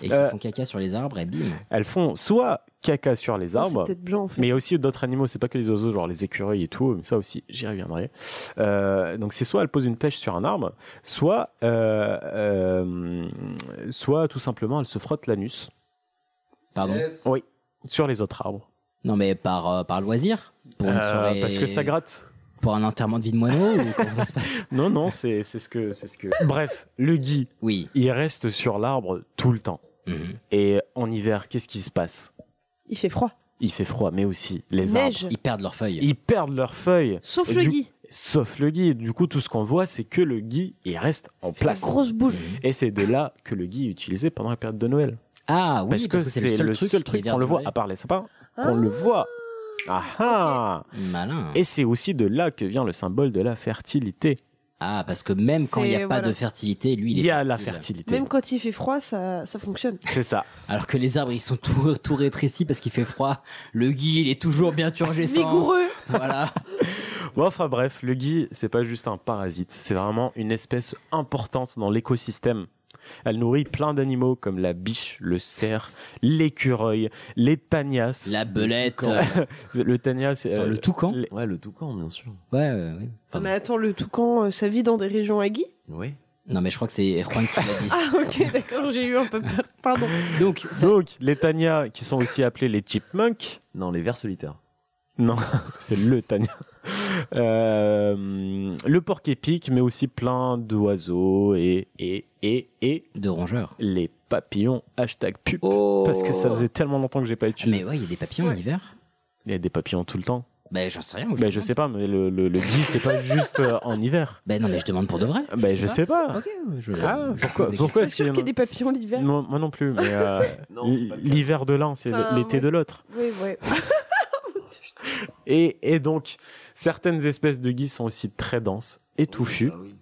S1: Et qui
S4: Euh.
S1: font caca sur les arbres et bim.
S4: Elles font soit caca sur les arbres,
S3: C'est peut-être blanc, en fait.
S4: mais il y a aussi d'autres animaux, c'est pas que les oiseaux, genre les écureuils et tout, mais ça aussi, j'y reviendrai. Euh, donc c'est soit elles posent une pêche sur un arbre, soit, euh, euh, soit tout simplement elles se frottent l'anus
S1: Pardon
S15: Yes.
S4: Oui. sur les autres arbres.
S1: Non, mais par, euh, par loisir Pour une
S4: Euh,
S1: soirée-
S4: Parce que ça gratte.
S1: Pour un enterrement de vie de moineau ou comment ça se passe
S4: Non, non, c'est c'est ce que... c'est ce que. Bref, le gui,
S1: Oui.
S4: il reste sur l'arbre tout le temps.
S1: Mhm.
S4: Et en hiver, qu'est-ce qui se passe
S3: Il fait froid.
S4: il fait froid, mais aussi les arbres.
S3: Neige.
S1: Ils perdent leurs feuilles.
S4: Ils perdent leurs feuilles,
S3: Sauf
S4: Et
S3: le
S4: du-
S3: gui.
S4: sauf le gui. Du coup, tout ce qu'on voit, c'est que le gui, il reste en
S3: La
S4: place.
S3: grosse boule.
S4: Et c'est de là que le gui est utilisé pendant la période de Noël.
S1: Ah oui, parce que, c'est le seul truc, qui est
S4: qu'on le voit, à part les sapins, qu'on le voit. Ah ah
S1: Malin.
S4: Et c'est aussi de là que vient le symbole de la fertilité.
S1: Ah, parce que même quand il n'y a
S3: C'est-
S1: pas
S3: voilà.
S1: de fertilité, lui, il
S4: Il,
S1: est
S4: y a la
S1: fertile.
S4: fertilité.
S3: Même quand il fait froid, ça, ça fonctionne.
S4: C'est ça.
S1: Alors que les arbres, ils sont tout, tout rétrécis parce qu'il fait froid. Le gui, il est toujours bien
S4: hein.
S1: turgescent.
S3: Vigoureux.
S1: voilà.
S4: Bon, enfin bref, le gui, c'est pas juste un parasite, c'est vraiment une espèce importante dans l'écosystème. Elle nourrit plein d'animaux comme la biche, le cerf, l'écureuil, les tanias.
S1: La belette.
S4: Toucan. le tanias, euh,
S1: Attends, le toucan
S4: les-
S2: Ouais, le toucan, bien sûr.
S1: Ouais, ouais, ouais.
S3: Ah, mais attends, le toucan, euh, ça vit dans des régions à Guy
S2: Oui.
S1: Non, mais je crois que c'est Juan qui l'a dit.
S3: Ah, ok, d'accord, j'ai eu un peu peur. Pardon.
S1: Donc, ça-
S4: Donc, les tanias qui sont aussi appelés les chipmunks.
S2: Non, les vers solitaires.
S4: Non, c'est le tania. Euh, le porc épic, mais aussi plein d'oiseaux et, et, et, et
S1: de rongeurs.
S4: les papillons. Hashtag pub.
S1: Oh.
S4: Parce que ça faisait tellement longtemps que j'ai pas
S1: Ah,
S4: utilisé.
S1: Mais ouais, il y a des papillons en hiver.
S4: Il y a des papillons tout le temps.
S1: Ben, j'en sais rien. moi,
S4: Ben, je sais pas, mais le, le, le gui, c'est pas juste euh, en hiver.
S1: Ben non, mais je demande pour de vrai.
S4: Ben, je sais pas.
S1: Ok, je.
S4: Ah,
S1: je
S4: pourquoi,
S1: pose des
S4: pourquoi
S3: C'est
S4: est-ce qu'il
S3: sûr qu'il
S4: y
S3: y a
S4: en
S3: des papillons
S4: a...
S3: l'hiver.
S4: Moi, moi non plus, mais euh,
S2: Non, c'est pas le cas.
S4: l'hiver de l'un, c'est le-
S3: Enfin,
S4: l'été
S3: ouais.
S4: de l'autre.
S3: Oui, ouais.
S4: Et, et donc, certaines espèces de gui sont aussi très denses et touffues.
S2: Ah oui.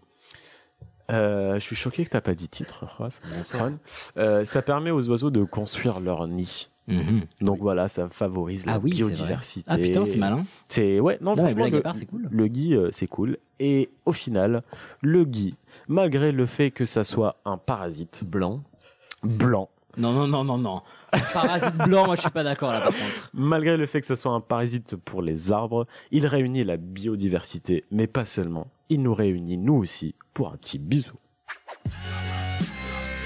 S4: Euh, je suis choqué que t'as pas dit titre, Ross.
S2: Bonsoir.
S4: Ron. Euh, ça permet aux oiseaux de construire leur nid.
S1: Mhm.
S4: Donc voilà, ça favorise la
S1: Ah oui, c'est vrai.
S4: biodiversité.
S1: Ah putain, c'est malin.
S4: C'est ouais, non,
S1: Non, mais
S4: franchement,
S1: blague à
S4: le,
S1: part, c'est cool.
S4: Le gui, euh, c'est cool. Et au final, le gui, malgré le fait que ça soit un parasite
S2: blanc,
S4: blanc,
S1: Non, non, non, non, non. Parasite blanc, moi je suis pas d'accord là par contre.
S4: Malgré le fait que ce soit un parasite pour les arbres, il réunit la biodiversité, mais pas seulement. Il nous réunit, nous aussi, pour un petit bisou.
S3: Et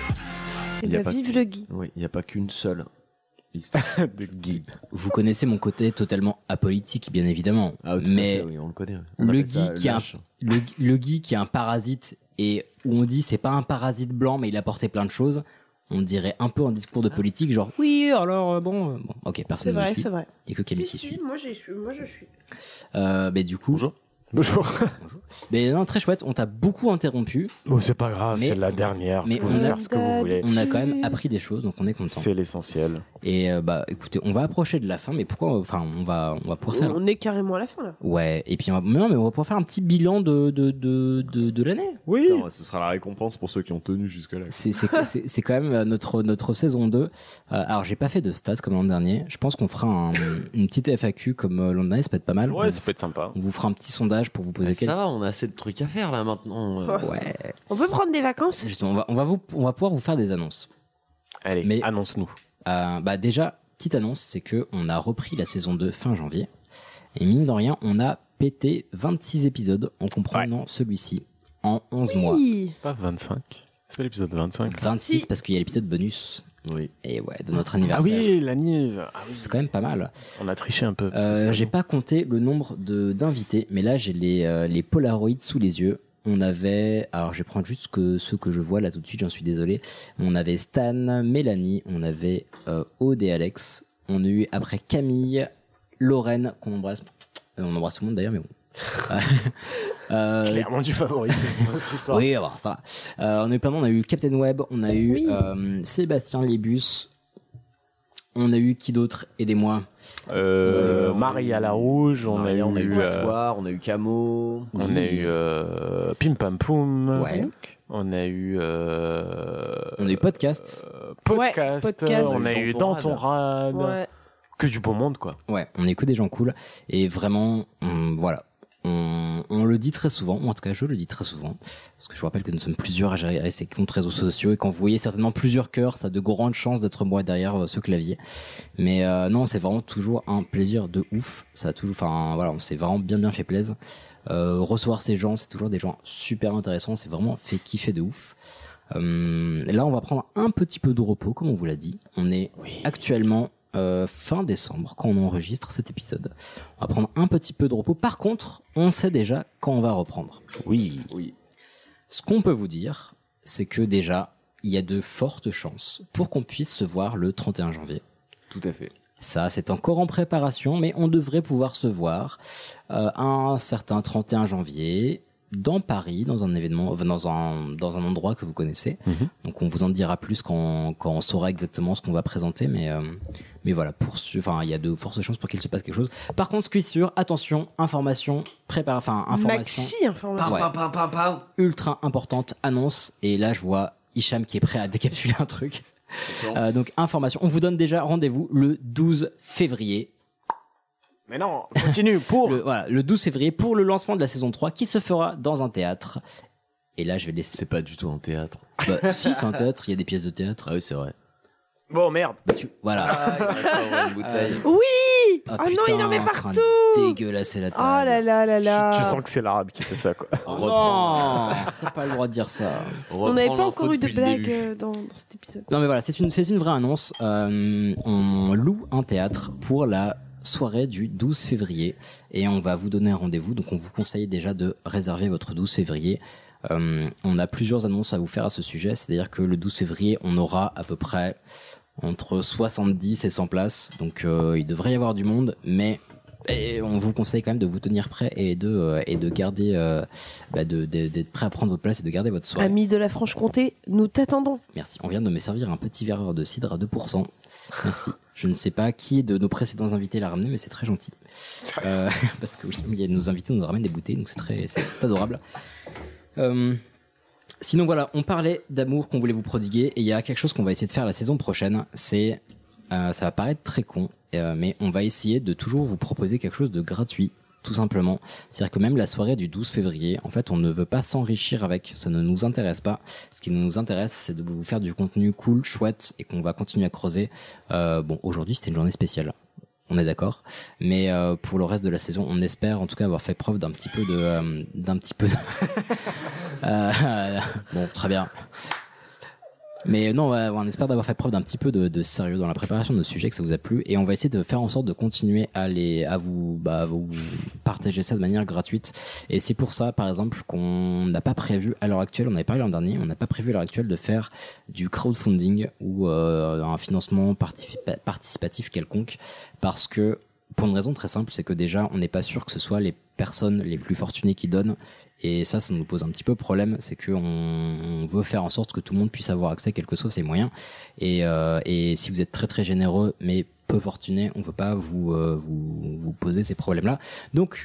S2: Il y a
S3: bah,
S2: pas-
S3: vive le Guy.
S2: Oui, il n'y a pas qu'une seule histoire
S4: de Guy.
S1: Vous connaissez mon côté totalement apolitique, bien évidemment.
S2: Ah, tout à
S1: mais
S2: fait, oui, on le connaît. On
S1: le
S2: appelle
S1: Guy,
S2: ça
S1: qui est un,
S2: lâche.
S1: le, le Guy qui est un parasite et où on dit c'est pas un parasite blanc, mais il a porté plein de choses. On dirait un peu un discours de politique, genre oui, alors euh, bon, euh, bon, ok,
S3: C'est
S1: personne ne me
S3: vrai,
S1: suit.
S3: c'est vrai.
S1: Il y a que Camille qui
S3: Si, si,
S1: suit.
S3: moi, j'ai- moi je suis.
S1: Euh, mais du coup. Bonjour.
S4: Bonjour.
S1: Mais non, très chouette, on t'a beaucoup interrompu.
S4: Bon, c'est pas grave,
S1: Mais-
S4: c'est la dernière.
S1: mais
S4: vous pouvez
S1: on a-
S4: faire ce que vous voulez.
S1: On a quand même appris des choses, donc on est content.
S4: C'est l'essentiel.
S1: Et euh, bah écoutez, on va approcher de la fin, mais pourquoi Enfin, on va, on va pouvoir faire.
S3: On est carrément à la fin là.
S1: Ouais, et puis on va... non, mais on va pouvoir faire un petit bilan de, de, de, de, de l'année.
S4: Oui.
S2: Putain, ce sera la récompense pour ceux qui ont tenu jusque-là.
S1: C'est- C'est c'est- c'est quand même euh, notre, notre saison 2. Euh, alors, j'ai pas fait de stats comme l'an dernier. Je pense qu'on fera un- une petite FAQ comme euh, l'an dernier, ça peut être pas mal.
S4: Ouais,
S1: on,
S4: ça peut être sympa.
S1: on vous fera un petit sondage pour vous poser
S2: Mais
S1: quelques
S2: Bah, Ça va, on a assez de trucs à faire là maintenant. euh.
S1: Ouais.
S3: On peut prendre des vacances
S1: Justement, on va, on va, vous, on va pouvoir vous faire des annonces.
S4: Allez,
S1: Mais-
S4: annonce-nous.
S1: Euh, bah déjà, petite annonce, c'est que on a repris la saison 2 fin janvier. Et mine de rien, on a pété 26 épisodes en comprenant celui-ci en 11 mois.
S3: Oui.
S4: C'est pas 25 C'est pas l'épisode 25
S1: 26
S3: Si.
S1: parce qu'il y a l'épisode bonus.
S2: Oui.
S1: Et ouais, de notre
S4: Ah
S1: anniversaire.
S4: oui, l'année. Ah oui.
S1: C'est quand même pas mal.
S4: On a triché un peu. parce que
S1: Euh,
S4: c'est
S1: j'ai pas compté le nombre de d'invités, mais là j'ai les, euh, les Polaroids sous les yeux. On avait, alors je vais prendre juste ce que, ceux que je vois là tout de suite, j'en suis désolé. On avait Stan, Mélanie, on avait euh, Aude et Alex. On a eu après Camille, Lorraine, qu'on embrasse. Euh, on embrasse tout le monde d'ailleurs, mais bon. Euh,
S4: clairement du favori, c'est son- c'est ça.
S1: oui, bah, ça va. Euh, on a eu plein de monde. On a eu Captain Web, on a eu euh, Sébastien Lébus, on a eu qui d'autre Aidez-moi.
S4: Euh,
S2: On a eu-
S4: Marie à la rouge, on
S2: Maria,
S4: a eu.
S2: on a eu
S4: euh,
S2: Victoire, on a eu Camo.
S4: On a eu euh, Pim Pam Poum.
S1: Ouais.
S4: On a eu euh,
S1: On a eu Podcast.
S4: euh, podcast,
S3: Ouais, podcast.
S4: On a eu Dans ton rad.
S3: Ouais.
S4: Que du beau monde, quoi.
S1: Ouais, on est que des gens cool. Et vraiment, on- voilà. On, on le dit très souvent, ou en tout cas je le dis très souvent, parce que je vous rappelle que nous sommes plusieurs à gérer ces comptes réseaux sociaux et quand vous voyez certainement plusieurs cœurs, ça a de grandes chances d'être moi derrière euh, ce clavier. Mais euh, non, c'est vraiment toujours un plaisir de ouf. Ça a toujours, enfin voilà, on s'est vraiment bien bien fait plaisir. Euh, recevoir ces gens, c'est toujours des gens super intéressants, c'est vraiment fait kiffer de ouf. Euh, là, on va prendre un petit peu de repos, comme on vous l'a dit. On est actuellement euh, fin décembre quand on enregistre cet épisode. On va prendre un petit peu de repos. Par contre, on sait déjà quand on va reprendre.
S4: Oui.
S2: Oui.
S1: Ce qu'on peut vous dire, c'est que déjà, il y a de fortes chances pour qu'on puisse se voir le 31 janvier.
S2: Tout à fait.
S1: Ça, c'est encore en préparation, mais on devrait pouvoir se voir euh, un certain 31 janvier dans Paris, dans un événement, enfin, dans un, dans un endroit que vous connaissez. Donc, on vous en dira plus quand, quand on saura exactement ce qu'on va présenter, mais, euh, mais voilà, pour, ce- enfin, il y a de fortes chances pour qu'il se passe quelque chose. Par contre, ce qui est sûr, attention, information, prépare, enfin, information
S3: Maxi information.
S1: Ouais. ultra importante annonce. Et là, je vois Hicham qui est prêt à décapsuler un truc. Euh, donc, information. On vous donne déjà rendez-vous le 12 février.
S4: Mais non, continue pour.
S1: Le, voilà, le 12 février pour le lancement de la saison 3 qui se fera dans un théâtre. Et là, je vais laisser.
S2: C'est pas du tout un théâtre.
S1: Bah, si, c'est un théâtre, il y a des pièces de théâtre.
S2: Ah oui, c'est vrai.
S4: Bon, merde.
S1: Tu- Voilà.
S2: une bouteille.
S3: Oui
S1: Ah,
S3: Ah non, il en met
S1: putain, train de
S3: partout
S1: Dégueulasser la
S3: Oh
S1: table.
S3: là là là là
S4: Tu sens que c'est l'arabe qui fait ça, quoi.
S1: Oh non T'as pas le droit de dire ça.
S3: On n'avait pas encore eu de blague euh, dans, dans cet épisode.
S1: Non mais voilà, c'est une, c'est une vraie annonce. Euh, on loue un théâtre pour la soirée du 12 février et on va vous donner un rendez-vous. Donc on vous conseille déjà de réserver votre 12 février. Euh, on a plusieurs annonces à vous faire à ce sujet. C'est-à-dire que le 12 février, on aura à peu près entre 70 et 100 places. Donc euh, il devrait y avoir du monde, mais... et on vous conseille quand même de vous tenir prêt et de euh, et de garder euh, bah, de- de- d'être prêt à prendre votre place et de garder votre soirée.
S3: Amis de la Franche-Comté, nous t'attendons.
S1: Merci. On vient de me servir un petit verre de cidre à 2%. Merci. Je ne sais pas qui de nos précédents invités l'a ramené, mais c'est très gentil. Euh, parce que oui, il y a nos invités nous ramènent des bouteilles, donc c'est très c'est adorable. Euh, sinon, voilà, on parlait d'amour qu'on voulait vous prodiguer, et il y a quelque chose qu'on va essayer de faire la saison prochaine, c'est Euh, ça va paraître très con, euh, mais on va essayer de toujours vous proposer quelque chose de gratuit, tout simplement. C'est-à-dire que même la soirée du 12 février, en fait, on ne veut pas s'enrichir avec, ça ne nous intéresse pas. Ce qui nous intéresse, c'est de vous faire du contenu cool, chouette, et qu'on va continuer à creuser. Euh, bon, aujourd'hui, c'était une journée spéciale. On est d'accord, mais euh, pour le reste de la saison, on espère en tout cas avoir fait preuve d'un petit peu de, euh, d'un petit peu. de- Euh, bon, très bien. Mais non, on, va- on espère d'avoir fait preuve d'un petit peu de, de sérieux dans la préparation de ce sujet, que ça vous a plu, et on va essayer de faire en sorte de continuer à, les, à vous, bah, à vous partager ça de manière gratuite. Et c'est pour ça, par exemple, qu'on n'a pas prévu à l'heure actuelle, on avait parlé l'an dernier, on n'a pas prévu à l'heure actuelle de faire du crowdfunding ou euh, un financement participa- participatif quelconque, parce que pour une raison très simple, c'est que déjà, on n'est pas sûr que ce soit les personnes les plus fortunées qui donnent. Et ça, ça nous pose un petit peu problème. C'est qu'on on veut faire en sorte que tout le monde puisse avoir accès, quels que soient ses moyens. Et, euh, et si vous êtes très très généreux, mais peu fortuné, on ne veut pas vous, euh, vous, vous poser ces problèmes-là. Donc,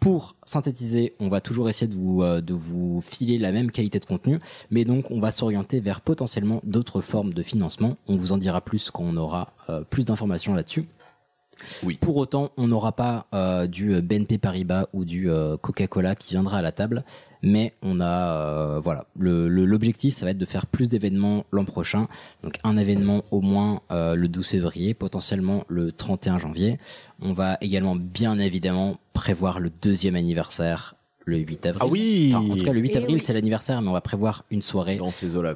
S1: pour synthétiser, on va toujours essayer de vous, euh, de vous filer la même qualité de contenu, mais donc on va s'orienter vers potentiellement d'autres formes de financement. On vous en dira plus quand on aura euh, plus d'informations là-dessus. Pour autant, on n'aura pas euh, du BNP Paribas ou du euh, Coca-Cola qui viendra à la table, mais on a euh, voilà le- le- l'objectif, ça va être de faire plus d'événements l'an prochain. Donc un événement au moins euh, le 12 février, potentiellement le 31 janvier. On va également bien évidemment prévoir le deuxième anniversaire le 8 avril.
S4: Ah oui
S1: Enfin, En tout cas, le 8
S4: Eh
S1: avril,
S4: oui.
S1: c'est l'anniversaire, mais on va prévoir une soirée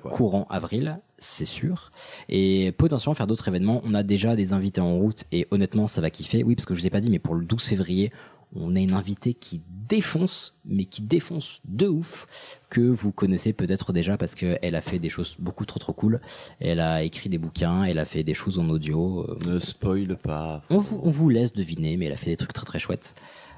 S1: courant avril, c'est sûr. Et potentiellement faire d'autres événements. On a déjà des invités en route et honnêtement, ça va kiffer. Oui, parce que je vous ai pas dit, mais pour le 12 février, on a une invitée qui défonce, mais qui défonce de ouf, que vous connaissez peut-être déjà parce qu'elle a fait des choses beaucoup trop trop cool. Elle a écrit des bouquins, elle a fait des choses en audio. Ne spoil pas. On vous, on vous laisse deviner, mais elle a fait des trucs très très chouettes.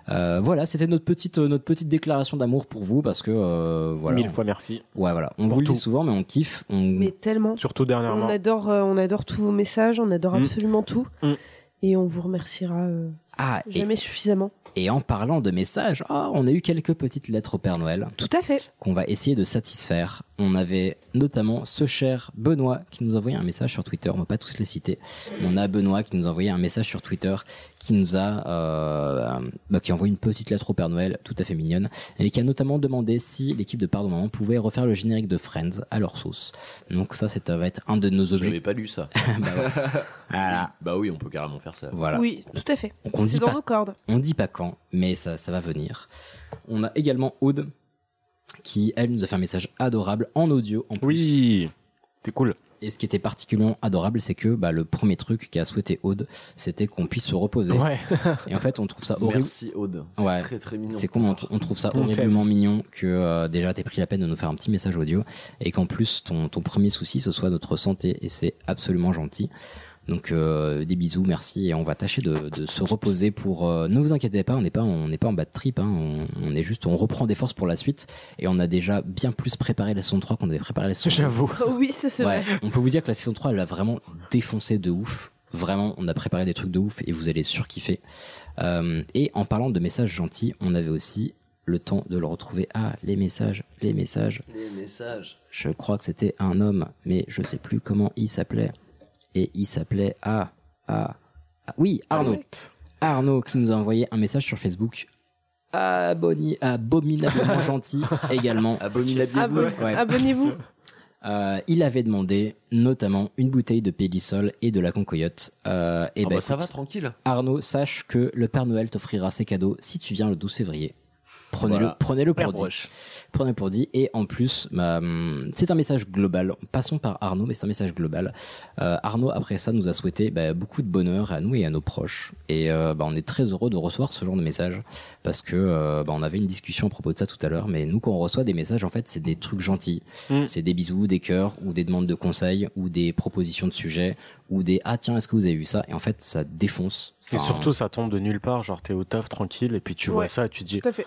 S1: Euh, voilà, c'était notre petite, euh, notre petite déclaration d'amour pour vous parce que euh, voilà.
S4: Mille fois merci.
S1: Ouais, voilà. On vous le dit souvent, mais on kiffe. On...
S3: Mais tellement.
S4: Surtout
S3: On
S4: dernièrement.
S3: adore, euh, on adore tous vos messages, on adore
S1: Mm.
S3: absolument tout.
S1: Mm.
S3: Et on vous remerciera euh,
S1: Ah, et,
S3: jamais suffisamment.
S1: et en parlant de messages, ah, on a eu quelques petites lettres au Père Noël.
S3: Tout à fait.
S1: Qu'on va essayer de satisfaire. On avait notamment ce cher Benoît qui nous envoyait un message sur Twitter. On va pas tous les citer. Mais On a Benoît qui nous envoyait un message sur Twitter qui nous a, euh, bah, qui envoie une petite lettre au Père Noël, tout à fait mignonne, et qui a notamment demandé si l'équipe de Pardon Maman pouvait refaire le générique de Friends à leur sauce. Donc ça, ça va être un de nos objets.
S2: J'avais pas lu ça.
S1: bah, ouais. Voilà.
S2: Bah oui, on peut carrément faire ça.
S1: Voilà.
S3: Oui, tout à fait.
S1: Donc on
S3: C'est
S1: dit
S3: dans
S1: pas-
S3: nos cordes.
S1: On dit pas quand, mais ça, ça va venir. On a également Aude qui, elle, nous a fait un message adorable en audio en plus. Oui, c'est cool. Et ce qui était particulièrement adorable, c'est que bah, le premier truc qu'a souhaité Aude, c'était qu'on puisse se reposer.
S4: Ouais.
S1: Et en fait, on trouve ça horrible.
S2: Merci Aude. C'est
S1: Ouais.
S2: très très mignon. Ah
S1: C'est con, on, on trouve ça
S2: On
S1: horriblement mignon que euh, déjà t'aies pris la peine de nous faire un petit message audio et qu'en plus ton, ton premier souci ce soit notre santé et c'est absolument gentil. Donc euh, des bisous, merci et on va tâcher de, de se reposer pour. euh, ne vous inquiétez pas, on n'est pas on n'est pas en bas de trip, hein, on, on est juste on reprend des forces pour la suite et on a déjà bien plus préparé la saison 3 qu'on avait préparé la saison.
S4: J'avoue.
S3: Oh oui, ça c'est
S1: Ouais,
S3: vrai.
S1: on peut vous dire que la saison 3, elle a vraiment défoncé de ouf. Vraiment, on a préparé des trucs de ouf et vous allez surkiffer. Euh, et en parlant de messages gentils, on avait aussi le temps de le retrouver. Ah, les messages, les messages.
S2: Les messages.
S1: Je crois que c'était un homme, mais je sais plus comment il s'appelait. Et il s'appelait ah, ah, ah, oui, Arnaud. Arnaud qui nous a envoyé un message sur Facebook. Abonni- abominablement gentil également.
S3: Abon-
S1: Ouais.
S3: Abonnez-vous.
S1: Euh, il avait demandé notamment une bouteille de Pélisol et de la Concoyote. Euh, et
S2: Ah
S1: ben,
S2: bah, ça
S1: écoute,
S2: va, tranquille.
S1: Arnaud, sache que le Père Noël t'offrira ses cadeaux si tu viens le 12 février. Prenez-le
S2: Voilà.
S1: prenez-le
S2: Père
S1: pour dit. Prenez-le pour dit. Et en plus, bah, hum, c'est un message global. Passons par Arnaud, mais c'est un message global. Euh, Arnaud, après ça, nous a souhaité bah, beaucoup de bonheur à nous et à nos proches. Et euh, bah, on est très heureux de recevoir ce genre de message parce que euh, bah, on avait une discussion à propos de ça tout à l'heure. Mais nous, quand on reçoit des messages, en fait, c'est des trucs gentils.
S4: Mm.
S1: C'est des bisous, des cœurs ou des demandes de conseils ou des propositions de sujets ou des ah tiens, est-ce que vous avez vu ça Et en fait, ça défonce.
S4: Et
S1: Enfin,
S4: surtout, ça tombe de nulle part. Genre, t'es au taf tranquille et puis tu vois
S2: Ouais,
S4: ça et tu te dis.
S3: Tout à fait.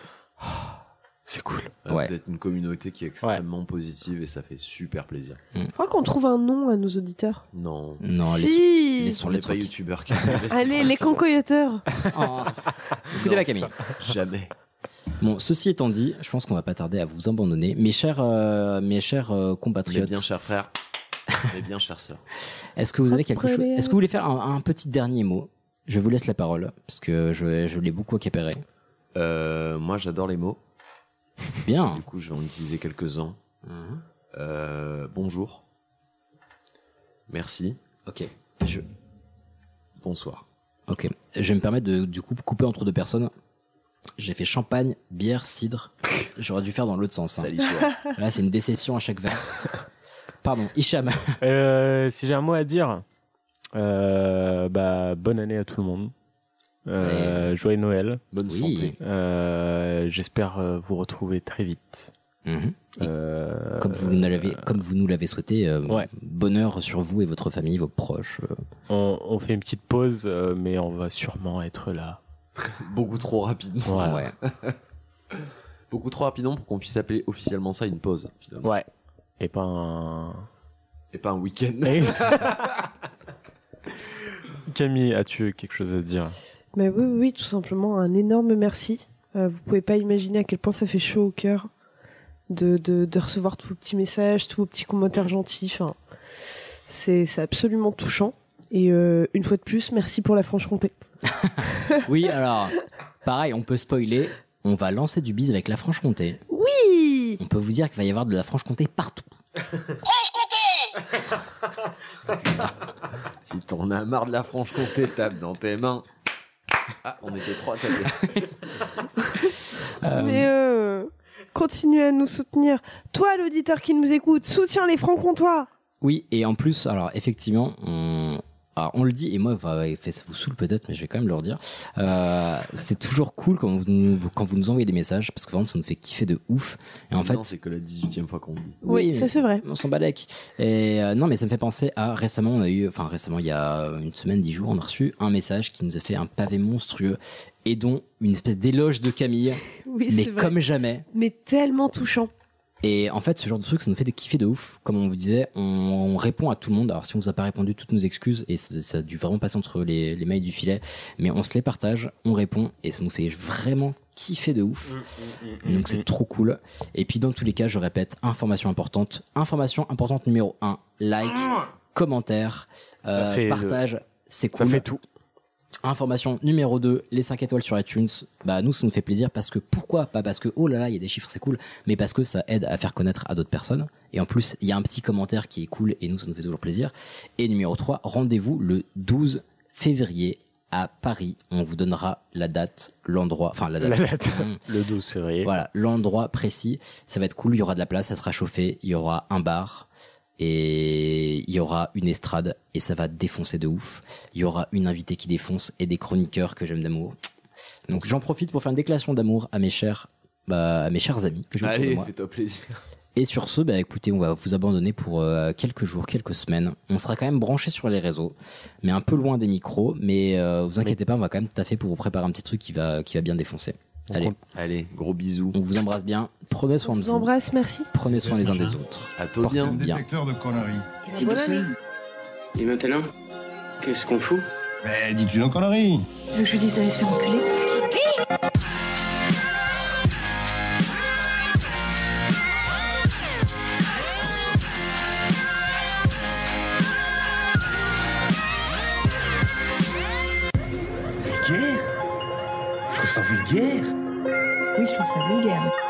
S4: C'est cool.
S1: Ouais.
S2: Vous êtes une communauté qui est extrêmement positive et ça fait super plaisir.
S3: Je crois qu'on trouve un nom à nos auditeurs.
S2: Non.
S1: Non,
S3: Si. laissons- laissons
S2: On
S1: les
S2: n'est pas
S1: tranquilles.
S2: youtubeurs qui laissent
S3: Allez,
S2: tranquilles.
S3: les concoyoteurs.
S1: Écoutez la Camille.
S2: Jamais.
S1: Bon, ceci étant dit, je pense qu'on va pas tarder à vous abandonner. Mes chers, euh, mes chers euh, compatriotes.
S2: Mes bien chers frères. Eh bien, chère sœur.
S1: Est-ce que vous avez quelque chose Est-ce que vous voulez faire un, un petit dernier mot Je vous laisse la parole, parce que je, je l'ai beaucoup accaparé.
S2: Euh, moi, j'adore les mots.
S1: C'est bien.
S2: Du coup, je vais en utiliser quelques-uns. Euh, bonjour. Merci.
S1: Ok. Je...
S2: Bonsoir.
S1: Ok. Je vais me permettre de du coup couper entre deux personnes. J'ai fait champagne, bière, cidre. J'aurais dû faire dans l'autre sens. hein.
S2: Sale histoire.
S1: Là, c'est une déception à chaque verre. Pardon, Hicham.
S4: Euh, si j'ai un mot à dire, euh, bah, bonne année à tout le monde. Euh, Joyeux Noël.
S2: Bonne
S1: Oui.
S2: santé.
S4: Euh, J'espère euh, vous retrouver très vite. Euh,
S1: Mhm. Comme vous, nous l'avez- comme vous nous l'avez souhaité, euh,
S4: Ouais.
S1: bonheur sur vous et votre famille, vos proches. euh.
S4: on, on fait une petite pause, euh, mais on va sûrement être là.
S2: Beaucoup trop rapidement.
S4: Voilà.
S1: Ah Ouais.
S2: Beaucoup trop rapidement pour qu'on puisse appeler officiellement ça une pause, finalement.
S4: Ouais. Et pas un...
S2: Et pas un week-end.
S4: Camille, as-tu quelque chose à dire
S3: Mais oui, oui, oui, tout simplement, un énorme merci. Euh, vous pouvez pas imaginer à quel point ça fait chaud au cœur de, de, de recevoir tous vos petits messages, tous vos petits commentaires gentils. Enfin, c'est c'est absolument touchant. Et euh, une fois de plus, merci pour la Franche-Comté.
S1: oui, alors, pareil, on peut spoiler. On va lancer du bise avec la Franche-Comté.
S3: Oui
S1: On peut vous dire qu'il va y avoir de la Franche-Comté partout.
S2: Si t'en as marre de la Franche-Comté, tape dans tes mains. Ah, on était trois à taper.
S3: Mais euh, continuez à nous soutenir. Toi, l'auditeur qui nous écoute, soutiens les francs-comtois
S1: Oui, et en plus, alors effectivement, on, alors, on le dit, et moi, enfin, ouais, fait- ça vous saoule peut-être, mais je vais quand même le redire. Euh, c'est toujours cool quand vous, nous, quand vous nous envoyez des messages, parce que vraiment, ça nous fait kiffer de ouf. Et en fait,
S2: c'est que la 18 e fois qu'on le dit.
S3: Oui,
S1: mais
S3: ça c'est vrai.
S1: On s'en balèque. Et euh, non, mais ça me fait penser à récemment, on a eu, enfin récemment, il y a une semaine, dix jours, on a reçu un message qui nous a fait un pavé monstrueux et dont une espèce d'éloge de Camille,
S3: Oui,
S1: mais
S3: c'est vrai.
S1: comme jamais.
S3: Mais tellement touchant.
S1: Et en fait, ce genre de truc, ça nous fait des kiffer de ouf. Comme on vous disait, on, on répond à tout le monde. Alors, si on vous a pas répondu, toutes nos excuses, et ça, ça a dû vraiment passer entre les, les mailles du filet, mais on se les partage, on répond, et ça nous fait vraiment kiffer de ouf. Donc, c'est trop cool. Et puis, dans tous les cas, je répète, information importante. Information importante numéro 1, like, commentaire,
S4: Ah. Ça
S1: euh,
S4: fait le-
S1: partage, c'est
S4: Ça
S1: cool.
S4: fait tout.
S1: Information numéro 2, les 5 étoiles sur iTunes. Bah, nous, ça nous fait plaisir parce que pourquoi Pas parce que oh là là, il y a des chiffres, c'est cool, mais parce que ça aide à faire connaître à d'autres personnes. Et en plus, il y a un petit commentaire qui est cool et nous, ça nous fait toujours plaisir. Et numéro 3, rendez-vous le 12 février à Paris. On vous donnera la date, l'endroit, enfin la date.
S4: La date.
S1: Hum.
S4: Le 12 février.
S1: Voilà, l'endroit précis. Ça va être cool, il y aura de la place, ça sera chauffé, il y aura un bar et il y aura une estrade et ça va défoncer de ouf. Il y aura une invitée qui défonce et des chroniqueurs que j'aime d'amour. Donc j'en profite pour faire une déclaration d'amour à mes chers bah, à mes chers amis que je autour de
S2: Allez,
S1: moi.
S2: fais-toi plaisir.
S1: Et sur ce, bah, écoutez, on va vous abandonner pour euh, quelques jours, quelques semaines. On sera quand même branché sur les réseaux, mais un peu loin des micros. Mais euh, vous inquiétez pas, on va quand même taffer pour vous préparer un petit truc qui va, qui va bien défoncer. Allez,
S2: Allez, gros bisous.
S1: on vous embrasse bien. Prenez soin
S3: On
S1: de
S3: vous
S1: vous.
S3: embrasse, merci.
S1: Prenez soin les uns des autres.
S2: À toi bien.
S1: Portez-vous bien.
S9: Détecteur de conneries.
S10: C'est pour ça. Et maintenant, qu'est-ce qu'on fout
S9: Mais dis-tu nos conneries
S11: Tu veux que je lui dise d'aller se faire enculer
S6: Vulgaire Je trouve ça vulgaire
S8: Oui, je trouve ça vulgaire.